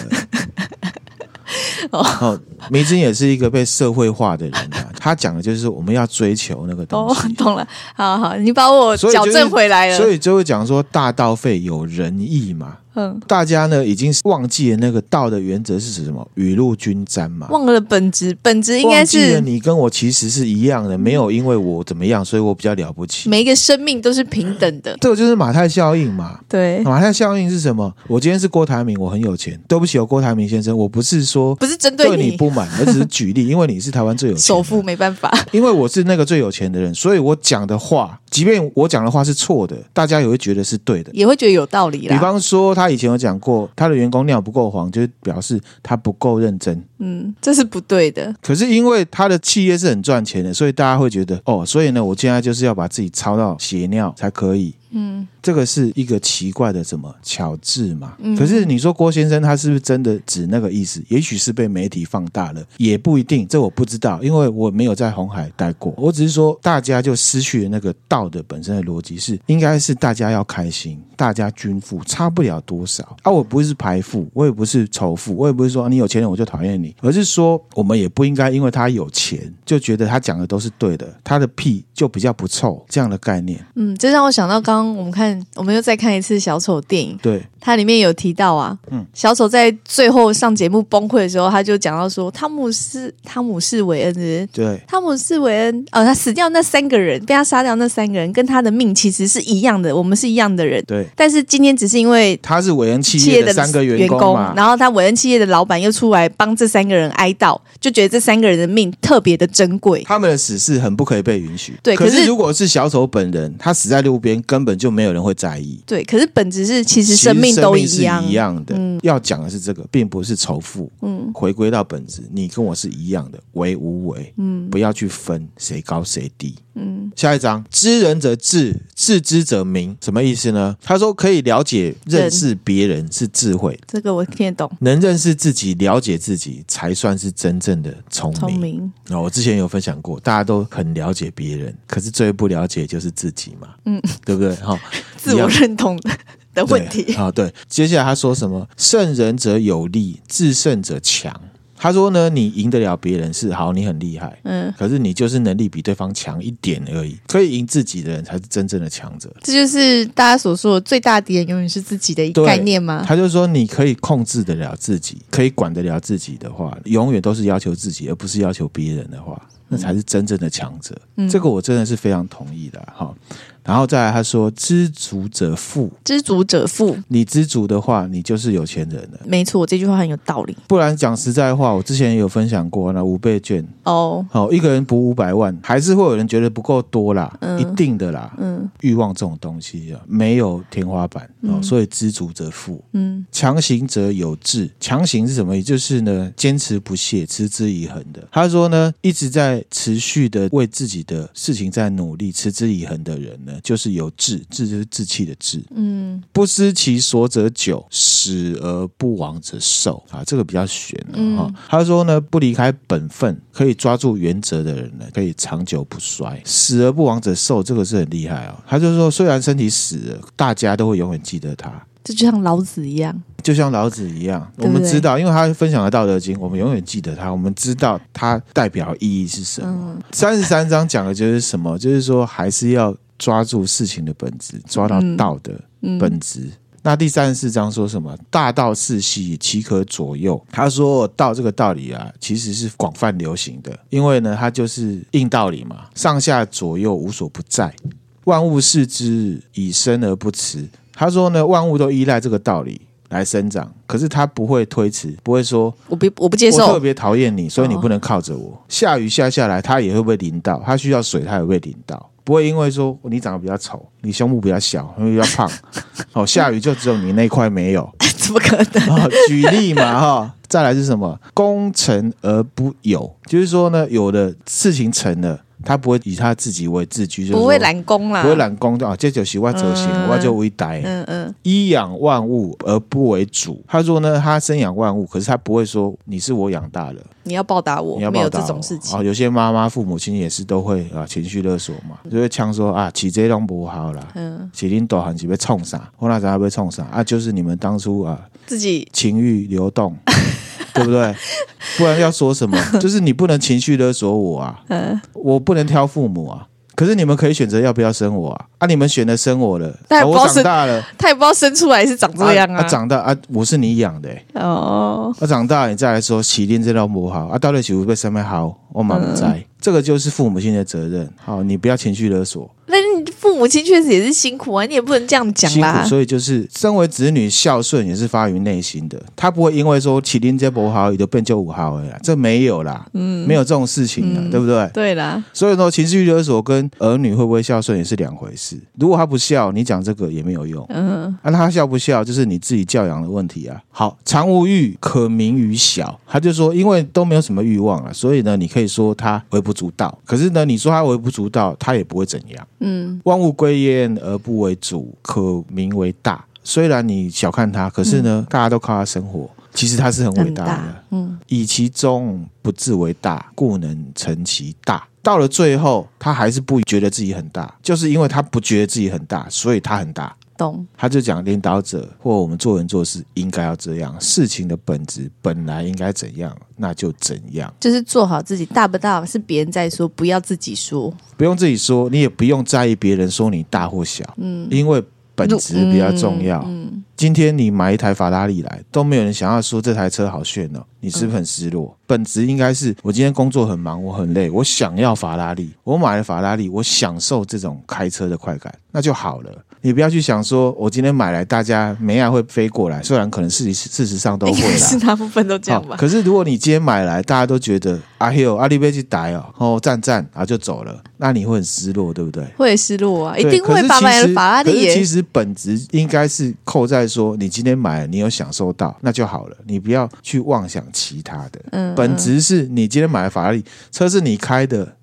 S1: 哦，梅津也是一个被社会化的人啊，他讲的就是我们要追求那个东
S2: 哦哎
S1: 西，，
S2: 懂了，好好，你把我
S1: 所以就
S2: 矫
S1: 是
S2: 正回来了。
S1: 所以就会讲说大道废有仁义嘛。
S2: 嗯，
S1: 大家呢已经忘记了那个道的原则是指什么，雨露均沾嘛。
S2: 忘了本质，本质应该
S1: 忘记了
S2: 是
S1: 你跟我其实是一样的，没有因为我怎么样，所以我比较了不起。
S2: 每一个生命都是平等的。
S1: 这个就是马太效应嘛。
S2: 对，
S1: 马太效应是什么？我今天是郭台铭，我很有钱。对不起哦，郭台铭先生，我不是说
S2: 不是针
S1: 对你
S2: 你
S1: 不满，我只是举例，因为你是台湾最有钱的
S2: 首富，没办法。
S1: 因为我是那个最有钱的人，所以我讲的话，即便我讲的话是错的，大家也会觉得是对的。
S2: 也会觉得有道理
S1: 比
S2: 啦。
S1: 方说，他以前有讲过，他的员工尿不够黄，就是表示他不够认真。
S2: 嗯，这是不对的。
S1: 可是因为他的企业是很赚钱的，所以大家会觉得哦，所以呢，我现在就是要把自己操到血尿才可以。
S2: 嗯，
S1: 这个是一个奇怪的什么巧智嘛？
S2: 嗯
S1: 可是你说郭先生他是不是真的指那个意思？也许是被媒体放大了，也不一定，这我不知道，因为我没有在红海待过。我只是说，大家就失去了那个道的本身的逻辑是，应该是大家要开心，大家均富，差不了多少啊。我不是排富，我也不是仇富，我也不是说、啊你有钱人我就讨厌你，而是说我们也不应该因为他有钱就觉得他讲的都是对的，他的屁就比较不臭这样的概念。
S2: 嗯，这让我想到刚刚我们看，我们又再看一次小丑电影，
S1: 对，
S2: 它里面有提到啊，
S1: 嗯
S2: 小丑在最后上节目崩溃的时候，他就讲到说，汤姆斯汤姆士韦恩的。
S1: 对。
S2: 汤姆士韦恩，呃，他死掉那三个人，被他杀掉那三个人，跟他的命其实是一样的，我们是一样的人。
S1: 对，
S2: 但是今天只是因为
S1: 他是韦恩企
S2: 企
S1: 业
S2: 业
S1: 的
S2: 的
S1: 三个员
S2: 员
S1: 工嘛，
S2: 然后他韦恩企业的老板又出来帮这三个人哀悼，就觉得这三个人的命特别的珍贵。
S1: 他们的死是很不可以被允许。
S2: 对
S1: 可
S2: 可是
S1: 如果是小丑本人，他死在路边，根本就没有人会在意。
S2: 对，可是本质是其
S1: 其
S2: 实
S1: 实
S2: 生命都
S1: 生是
S2: 一样，
S1: 一样的。
S2: 嗯
S1: 要讲的是这个，并不是仇富。
S2: 嗯
S1: 回归到本质，你跟我是一样的，为无为，
S2: 嗯
S1: 不要去分谁高谁低。
S2: 嗯，
S1: 下一章，知人者智，智之者明，什么意思呢？他说可以了解、认识别人是智慧，
S2: 这个我听得懂，
S1: 能认识自己、了解自己，才算是真正的
S2: 聪明，
S1: 那、哦我之前有分享过，大家都很了解别人，可是最不了解就是自己嘛，嗯，对不对？哈、
S2: 自我认同的
S1: 对
S2: 的问题。
S1: 啊、对。接下来他说什么？胜人者有力，制胜者强。他说呢，你赢得了别人是好，你很厉害，
S2: 嗯，
S1: 可是你就是能力比对方强一点而已。可以赢自己的人才是真正的强者。
S2: 这就是大家所说的最大敌人永远是自己的一
S1: 对
S2: 概念吗？
S1: 他就说，你可以控制得了自己，可以管得了自己的话，永远都是要求自己，而不是要求别人的话，那才是真正的强者。
S2: 嗯
S1: 这个我真的是非常同意的啊哈。然后再来，他说知足者富，
S2: 知足者富，
S1: 你知足的话，你就是有钱人了。
S2: 没错，这句话很有道理
S1: 不然讲实在话，我之前也有分享过那五倍券，
S2: 哦。
S1: 好、一个人补五百万，还是会有人觉得不够多啦，
S2: 嗯
S1: 一定的啦。
S2: 嗯
S1: 欲望这种东西啊，没有天花板哦，
S2: 嗯
S1: 所以知足者富。
S2: 嗯
S1: 强行者有志，强行是什么？也就是呢，坚持不懈、持之以恒的。他说呢，一直在持续的为自己的事情在努力、持之以恒的人呢，就是有志，志就是志气的志。
S2: 嗯
S1: 不思其所者久，死而不亡者寿啊，这个比较悬了、
S2: 嗯
S1: 哈、他说呢，不离开本分，可以抓住原则的人呢，可以长久不衰。死而不亡者寿，这个是很厉害啊、他就说，虽然身体死了，大家都会永远记得他。
S2: 这就像老子一样，
S1: 就像老子一样，
S2: 对
S1: 我
S2: 不对
S1: 们知道，因为他分享了《道德经》，我们永远记得他，我们知道它代表意义是什么
S2: 嗯。
S1: 三十三章讲的就是什么？就是说，还是要抓住事情的本质，抓到
S2: 嗯
S1: 道的
S2: 嗯，
S1: 本质。那第三十四章说什么？大道是兮，其可左右。他说道这个道理啊，其实是广泛流行的，因为呢，它就是硬道理嘛，上下左右无所不在，万物视之以生而不辞。他说呢，万物都依赖这个道理。来生长，可是它不会推迟，不会说
S2: 我不我不接
S1: 我特
S2: 受，
S1: 别讨厌你，所以你不能靠着我。下雨下下来，它也会被淋到，它需要水，它也会淋到。不会因为说你长得比较丑，你胸部比较小，因为比较 胖，哦，下雨就只有你那块没有。
S2: 怎么可能？
S1: 啊、举例嘛哈、再来是什么？功成而不有，就是说呢，有的事情成了，他不会以他自己为自居，就是说
S2: 不会揽功啦，
S1: 不会懒功啊，这就是我做行，
S2: 嗯
S1: 我就为呆。
S2: 嗯嗯，
S1: 一养万物而不为主，他说呢，他生养万物，可是他不会说你是我养大的，
S2: 你要报答我，
S1: 你要
S2: 没
S1: 报
S2: 有
S1: 答
S2: 这
S1: 我
S2: 种事情
S1: 啊、。有些妈妈、父母亲也是都会啊情绪勒索嘛，就会呛说啊，起这弄不好啦，
S2: 嗯，
S1: 起恁大汉是被冲啥，我那时候被冲啥啊，就是你们当初啊
S2: 自己
S1: 情欲流 动，对不对？不然要说什么？就是你不能情绪勒索我啊，
S2: 嗯
S1: 我不能挑父母啊。可是你们可以选择要不要生我啊？啊，你们选择生我了，
S2: 但
S1: 啊
S2: 不
S1: 我
S2: 知道
S1: 长
S2: 生
S1: 大了，
S2: 他也不知道生出来是长这样
S1: 啊长大啊，我是你养的、欸，
S2: 哦，
S1: 我、长大了你再来说起定这道不好啊，到底媳妇被什么好，我满不
S2: 嗯
S1: 在，这个就是父母亲的责任。好，你不要情绪勒索，
S2: 那你父母亲确实也是辛苦啊，你也不能这样讲
S1: 辛
S2: 啦
S1: 苦，。所以就是身为子女孝顺也是发于内心的，他不会因为说麒麟这不好，你就变就五好了啦，这没有啦，嗯，没有这种事情的，对不对？
S2: 对啦，
S1: 所以说情绪勒索跟儿女会不会孝顺也是两回事。如果他不孝，你讲这个也没有用。
S2: 嗯，
S1: 啊，他孝不孝就是你自己教养的问题啊。好，常无欲，可名于小。他就说，因为都没有什么欲望了，所以呢，你可以说他微不足道。可是呢，你说他微不足道，他也不会怎样。嗯，万物归焉而不为主，可名为大。虽然你小看他，可是呢，大家都靠他生活。其实他是很伟
S2: 嗯很
S1: 大的，
S2: 大，嗯，
S1: 以其中不自为大，故能成其大。到了最后，他还是不觉得自己很大，就是因为他不觉得自己很大，所以他很大。
S2: 懂，
S1: 他就讲领导者或我们做人做事应该要这样，事情的本质本来应该怎样，那就怎样，
S2: 就是做好自己，大不大是别人在说，不要自己说。
S1: 不用自己说，你也不用在意别人说你大或小，嗯，因为本质比较重要。
S2: 嗯，
S1: 今天你买一台法拉利来，都没有人想要说这台车好炫哦，你是不是很失
S2: 嗯
S1: 落？本质应该是我今天工作很忙，我很累，我想要法拉利，我买了法拉利，我享受这种开车的快感，那就好了。你不要去想说，我今天买来，大家梅亚会飞过来，虽然可能事实事实上都
S2: 应
S1: 会
S2: 该
S1: 啦
S2: 是。大部分都这
S1: 好，
S2: 样吧。
S1: 可是如果你今天买来，大家都觉得阿 Hill 阿利贝去打哦，哦赞赞，然后就走了，那你会很失落，对不对？
S2: 会失落啊，一
S1: 对
S2: 定
S1: 可
S2: 会
S1: 是
S2: 把
S1: 其
S2: 买了
S1: 实
S2: 法拉
S1: 可
S2: 利
S1: 是其
S2: 也
S1: 实本质应该是扣在说，你今天买了，你有享受到，那就好了，你不要去妄想其他的。
S2: 嗯
S1: 本质是你今天买了法拉利，车是你开的。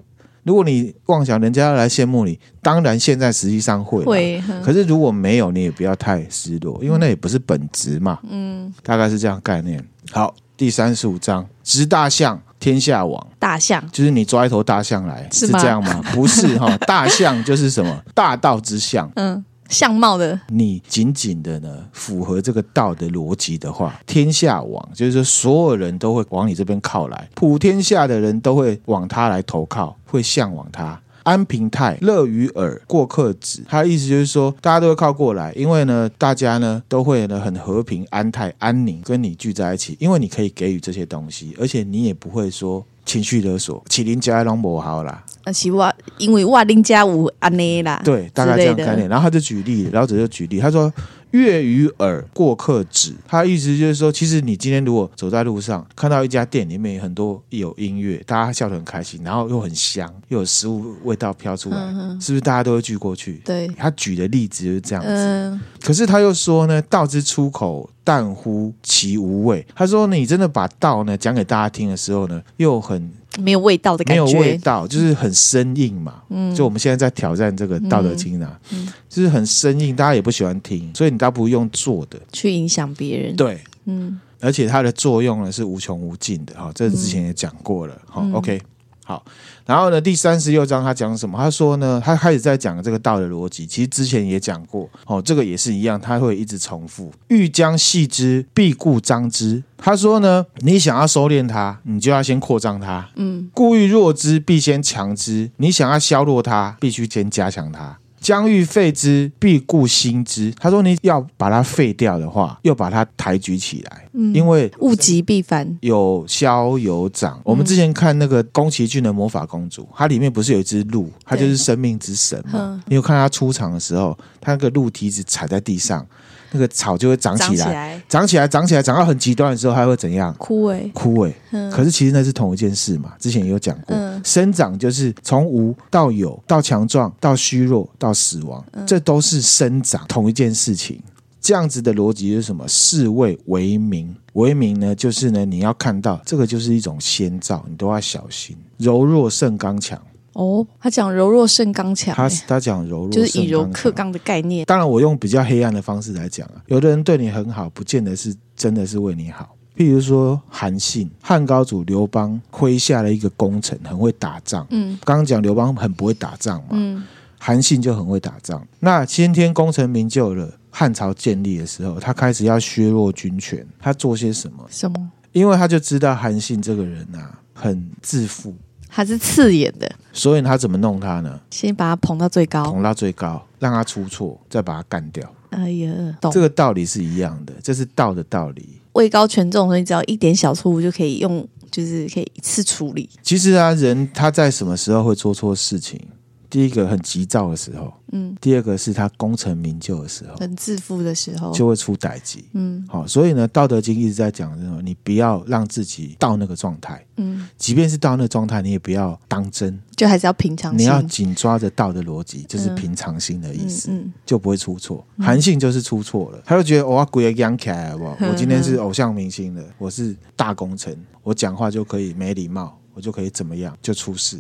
S1: 如果你妄想人家要来羡慕你，当然现在实际上会啦。
S2: 会嗯
S1: 可是如果没有，你也不要太失落，因为那也不是本质嘛。嗯，大概是这样概念。好，第三十五章，执大象，天下往。
S2: 大象
S1: 就是你抓一头大象来，
S2: 是
S1: 是
S2: 吗
S1: 这样吗？不是哈，大象就是什么大道之象。
S2: 相貌的
S1: 你紧紧的呢，符合这个道的逻辑的话，天下往就是说所有人都会往你这边靠来，普天下的人都会往他来投靠，会向往他。安平泰乐于尔过客止，他的意思就是说，大家都会靠过来，因为呢，大家呢都会呢很和平、安泰、安宁，跟你聚在一起，因为你可以给予这些东西，而且你也不会说情绪勒索，麒麟加龙不好啦，
S2: 呃，是我因为我另加五安内啦，
S1: 对，大概这样
S2: 之类的
S1: 概念。然后他就举例，然后者就举例，他说“月与耳过客止”，他的意思就是说，其实你今天如果走在路上，看到一家店里面有很多有音乐，大家笑得很开心，然后又很香，又有食物味道飘出来，是不是大家都会聚过去？
S2: 嗯对，
S1: 他举的例子就是这样子。
S2: 嗯，
S1: 可是他又说呢，道之出口，淡乎其无味。他说，你真的把道呢讲给大家听的时候呢，又很
S2: 没有味道的
S1: 没
S2: 感
S1: 有味
S2: 觉，
S1: 道，就是很生硬嘛。嗯，就我们现在在挑战这个《道德经》啊，
S2: 嗯
S1: 就是很生硬，大家也不喜欢听，所以你倒不如用做的。
S2: 去影响别人，
S1: 对，
S2: 嗯，
S1: 而且它的作用呢是无穷无尽的哈、这之前也讲过了
S2: 嗯
S1: 哈、OK，好，然后呢，第三十六章他讲什么？他说呢，他开始在讲这个道的逻辑，其实之前也讲过哦，这个也是一样，他会一直重复。欲将细之，必固张之。他说呢，你想要收敛它，你就要先扩张它。嗯，故欲弱之，必先强之；你想要削弱它，必须先加强它。将欲废之，必固新之。他说，你要把它废掉的话，又把它抬举起来，因为
S2: 物极必反，
S1: 有骁有长。我们之前看那个宫崎骏的《魔法公主》，它里面不是有一只鹿，它嗯就是生命之神嘛？你有看它出场的时候，它那个鹿蹄子踩在地上，那个草就会长
S2: 长
S1: 起
S2: 起
S1: 来，
S2: 来，
S1: 长起来，长起来，长到很极端的时候，它会怎样？
S2: 枯萎。
S1: 枯萎。
S2: 嗯，
S1: 可是其实那是同一件事嘛，之前也有讲过，
S2: 嗯
S1: 生长就是从无到有，到强壮，到虚弱，到死亡，
S2: 嗯
S1: 这都是生长同一件事情。这样子的逻辑是什么？士为为民，为民呢，就是呢，你要看到这个就是一种先兆，你都要小心。柔弱胜刚强，
S2: 哦，他讲柔弱胜刚强、
S1: 他
S2: 欸
S1: 他讲柔弱胜
S2: 就是以柔
S1: 刚强
S2: 克刚的概念。
S1: 当然，我用比较黑暗的方式来讲啊，有的人对你很好，不见得是真的是为你好。譬如说韩信，汉高祖刘邦麾下了一个功臣，很会打仗。
S2: 嗯
S1: 刚刚讲刘邦很不会打仗嘛，
S2: 嗯
S1: 韩信就很会打仗。那先天功成名就了，汉朝建立的时候，他开始要削弱军权，他做些什么？
S2: 什么？
S1: 因为他就知道韩信这个人啊，很自负，
S2: 还是刺眼的，
S1: 所以他怎么弄他呢？
S2: 先把它捧到最高。
S1: 捧到最高，让他出错，再把他干掉。
S2: 哎呀，懂
S1: 这。个道理是一样的，这是道的道理。
S2: 位高权重的时候，你只要一点小错误就可以用，就是可以一次处理。
S1: 其实啊，人他在什么时候会做错事情？第一个很急躁的时候，
S2: 嗯，
S1: 第二个是他功成名就的时候，
S2: 很自负的时候，
S1: 就会出歹疾。
S2: 嗯
S1: 好、所以呢，《道德经》一直在讲什么？你不要让自己到那个状态，
S2: 嗯，
S1: 即便是到那个状态，你也不要当真，
S2: 就还是要平常
S1: 你
S2: 心。
S1: 要紧抓着道的逻辑，就是
S2: 嗯
S1: 平常心的意思。
S2: 嗯
S1: 就不会出错。韩信就是出错了，他就觉得我鬼也养起来好不 好？
S2: 嗯
S1: 我今天是偶像明星了，我是大功臣，我讲话就可以没礼貌，我就可以怎么样就出事。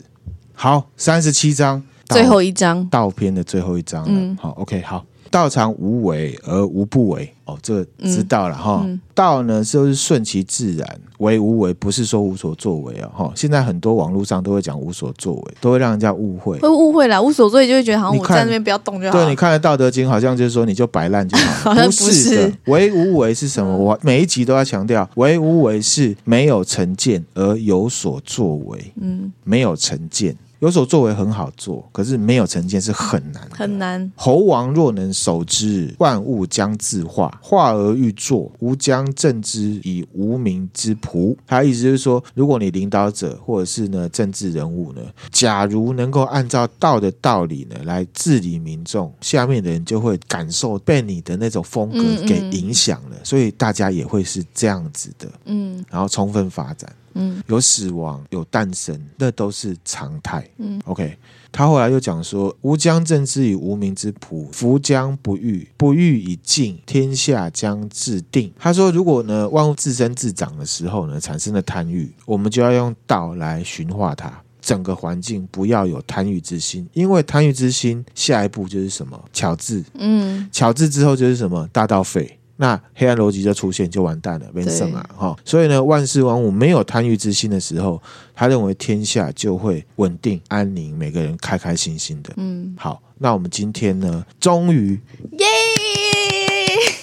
S1: 好，三十七章，
S2: 嗯，最后一章，
S1: 道篇的最后一章了。
S2: 嗯
S1: 好，OK，好。道常无为而无不为，哦，这个知道了哈。
S2: 嗯
S1: 道呢就是顺其自然，为无为不是说无所作为啊、哈。现在很多网络上都会讲无所作为，都会让人家误会。
S2: 会误会啦，无所谓，就会觉得好像
S1: 你
S2: 我
S1: 看
S2: 在那边不要动就好
S1: 对，
S2: 了
S1: 你。看了《道德经》，好像就是说你就摆烂就好，
S2: 好像
S1: 不是
S2: 不
S1: 的
S2: 是。嗯
S1: 唯无为是什么？我每一集都要强调，唯无为是没有成见而有所作为，
S2: 嗯，
S1: 没有成见。有所作为很好做，可是没有成见是很难的。
S2: 很难。
S1: 猴王若能守之，万物将自化；化而欲作，吾将镇之以无名之仆。他意思就是说，如果你领导者或者是呢政治人物呢，假如能够按照道的道理呢来治理民众，下面的人就会感受被你的那种风格
S2: 嗯嗯
S1: 给影响了，所以大家也会是这样子的，
S2: 嗯
S1: 然后充分发展。
S2: 嗯
S1: 有死亡，有诞生，那都是常态。
S2: 嗯
S1: ，OK。他后来又讲说：“吾将正之以无名之仆，夫将不欲，不欲以静，天下将至定。”他说：“如果呢万物自生自长的时候呢，产生了贪欲，我们就要用道来驯化它。”整个环境不要有贪欲之心，因为贪欲之心下一步就是什么？巧治，
S2: 嗯，
S1: 巧治之后就是什么大道废，那黑暗逻辑就出现，就完蛋了，没剩啊哈、所以呢，万事万物没有贪欲之心的时候，他认为天下就会稳定安宁，每个人开开心心的。
S2: 嗯，
S1: 好，那我们今天呢，终于
S2: 耶！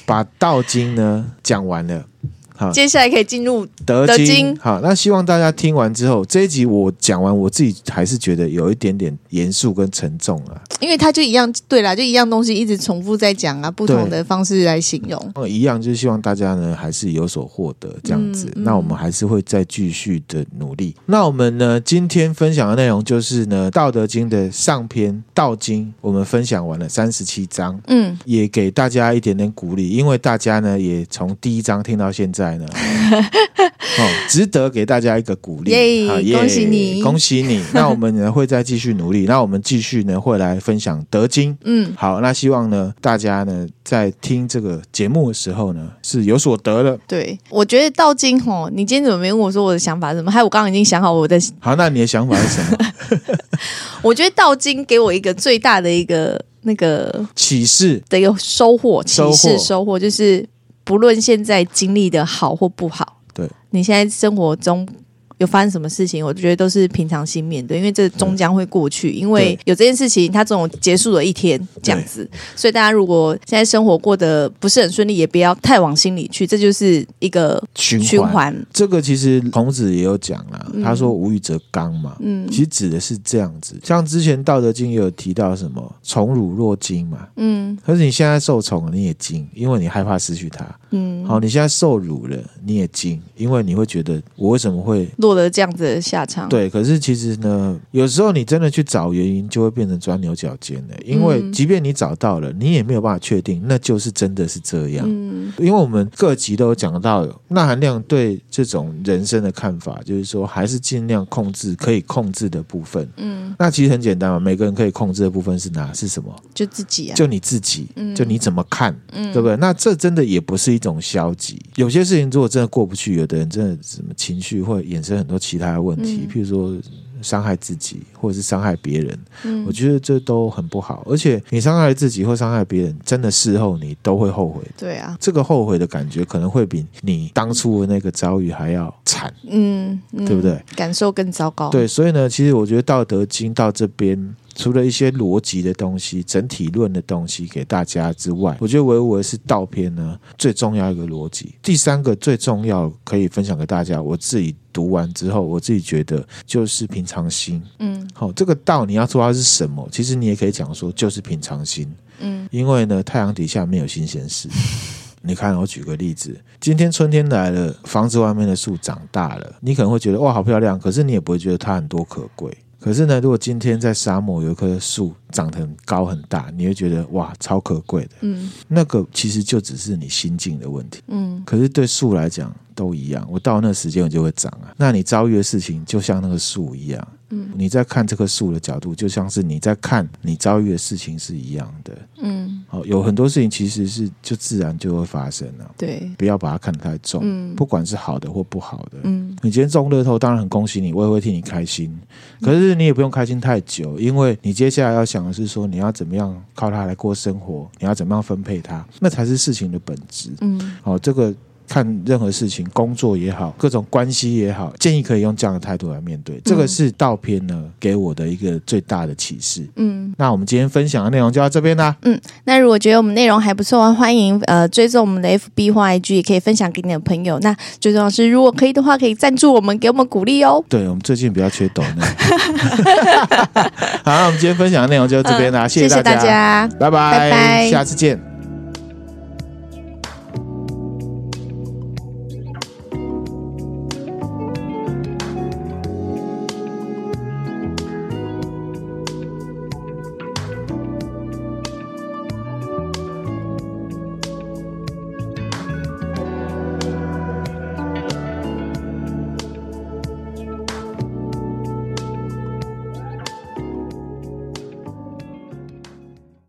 S1: 把《道经呢》讲完了。好，
S2: 接下来可以进入
S1: 德
S2: 德
S1: 经
S2: 经
S1: 好，那希望大家听完之后，这一集我讲完，我自己还是觉得有一点点严肃跟沉重啊。
S2: 因为它就一样，对啦，就一样东西一直重复在讲啊，不同的方式来形容。
S1: 呃，一样就是希望大家呢还是有所获得这样子。
S2: 嗯嗯
S1: 那我们还是会再继续的努力。那我们呢今天分享的内容就是呢《道德经》的上篇《道经》，我们分享完了三十七章。
S2: 嗯，
S1: 也给大家一点点鼓励，因为大家呢也从第一章听到现在 呢，哦，值得给大家一个鼓励。
S2: 耶
S1: 好
S2: 恭喜你
S1: 恭喜你！那我们 呢会再继续努力，那我们继续呢会来分享《德经》。
S2: 嗯，
S1: 好，那希望呢大家呢在听这个节目的时候呢是有所得的。
S2: 对，我觉得道经吼，你今天怎么没问我说我的想法是什么？还有我刚刚已经想好我的，
S1: 好，那你的想法是 什么？
S2: 我觉得道经给我一个最大的一个那个
S1: 启示
S2: 的一个收获，启
S1: 收获
S2: 示收获就是，不论现在经历的好或不好，
S1: 对
S2: 你现在生活中有发生什么事情，我觉得都是平常心面对，因为这终将会过去，因为有这件事情，它总有结束的一天，这样子。所以大家如果现在生活过得不是很顺利，也不要太往心里去，这就是一个
S1: 循
S2: 循
S1: 环。
S2: 环。
S1: 这个其实孔子也有讲啦，
S2: 嗯
S1: 他说“无欲则刚”嘛，
S2: 嗯
S1: 其实指的是这样子。像之前《道德经》也有提到什么“宠辱若惊”嘛，
S2: 嗯
S1: 可是你现在受宠了，你也惊，因为你害怕失去它。
S2: 嗯，
S1: 好，你现在受辱了，你也惊，因为你会觉得我为什么会
S2: 落落了这样子的下场。
S1: 对，可是其实呢，有时候你真的去找原因，就会变成钻牛角尖的，因为
S2: 嗯
S1: 即便你找到了，你也没有办法确定那就是真的是这样。
S2: 嗯，
S1: 因为我们各集都有讲到钠含量对这种人生的看法，就是说还是尽量控制可以控制的部分。
S2: 嗯，
S1: 那其实很简单嘛，每个人可以控制的部分是哪是什么？
S2: 就自己啊，
S1: 就你自己，
S2: 嗯
S1: 就你怎么看，
S2: 嗯
S1: 对不对？那这真的也不是一种消极。有些事情如果真的过不去，有的人真的什么情绪会衍生很多其他的问题，
S2: 嗯
S1: 譬如说伤害自己或者是伤害别人，
S2: 嗯
S1: 我觉得这都很不好。而且你伤害自己或伤害别人，真的事后你都会后悔。
S2: 对啊，
S1: 这个后悔的感觉可能会比你当初的那个遭遇还要惨。
S2: 嗯，嗯
S1: 对不对？
S2: 感受更糟糕。
S1: 对，所以呢，其实我觉得《道德经》到这边，除了一些逻辑的东西、整体论的东西给大家之外，我觉得唯我是道篇呢最重要一个逻辑。第三个最重要可以分享给大家，我自己读完之后，我自己觉得就是平常心。
S2: 嗯
S1: 好、这个道你要做到是什么？其实你也可以讲说就是平常心，
S2: 嗯
S1: 因为呢，太阳底下没有新鲜事。你看，我举个例子，今天春天来了，房子外面的树长大了，你可能会觉得哇，好漂亮，可是你也不会觉得它很多可贵。可是呢，如果今天在沙漠有一棵树长得很高很大，你会觉得哇，超可贵的。
S2: 嗯
S1: 那个其实就只是你心境的问题。
S2: 嗯
S1: 可是对树来讲都一样，我到那时间我就会长啊。那你遭遇的事情就像那个树一样，
S2: 嗯
S1: 你在看这棵树的角度，就像是你在看你遭遇的事情是一样的。
S2: 嗯，
S1: 哦，有很多事情其实是就自然就会发生了、
S2: 对，
S1: 不要把它看得太重，
S2: 嗯
S1: 不管是好的或不好的。
S2: 嗯
S1: 你今天中乐透，当然很恭喜你，我也会替你开心。
S2: 嗯
S1: 可是你也不用开心太久，因为你接下来要想的是说，你要怎么样靠它来过生活，你要怎么样分配它，那才是事情的本质。
S2: 嗯
S1: 哦，这个看任何事情，工作也好，各种关系也好，建议可以用这样的态度来面对。
S2: 嗯
S1: 这个是道篇呢给我的一个最大的启示。
S2: 嗯。
S1: 那我们今天分享的内容就到这边啦。
S2: 那如果觉得我们内容还不错的话，欢迎呃追踪我们的 FB 或 IG，也可以分享给你的朋友。那最重要是，如果可以的话，可以赞助我们，给我们鼓励哦。
S1: 对，我们最近比较缺抖呢。 好，那我们今天分享的内容就到这边啦，
S2: 谢
S1: 嗯谢
S2: 大
S1: 大
S2: 家。
S1: 拜拜，
S2: 拜拜
S1: 下次见。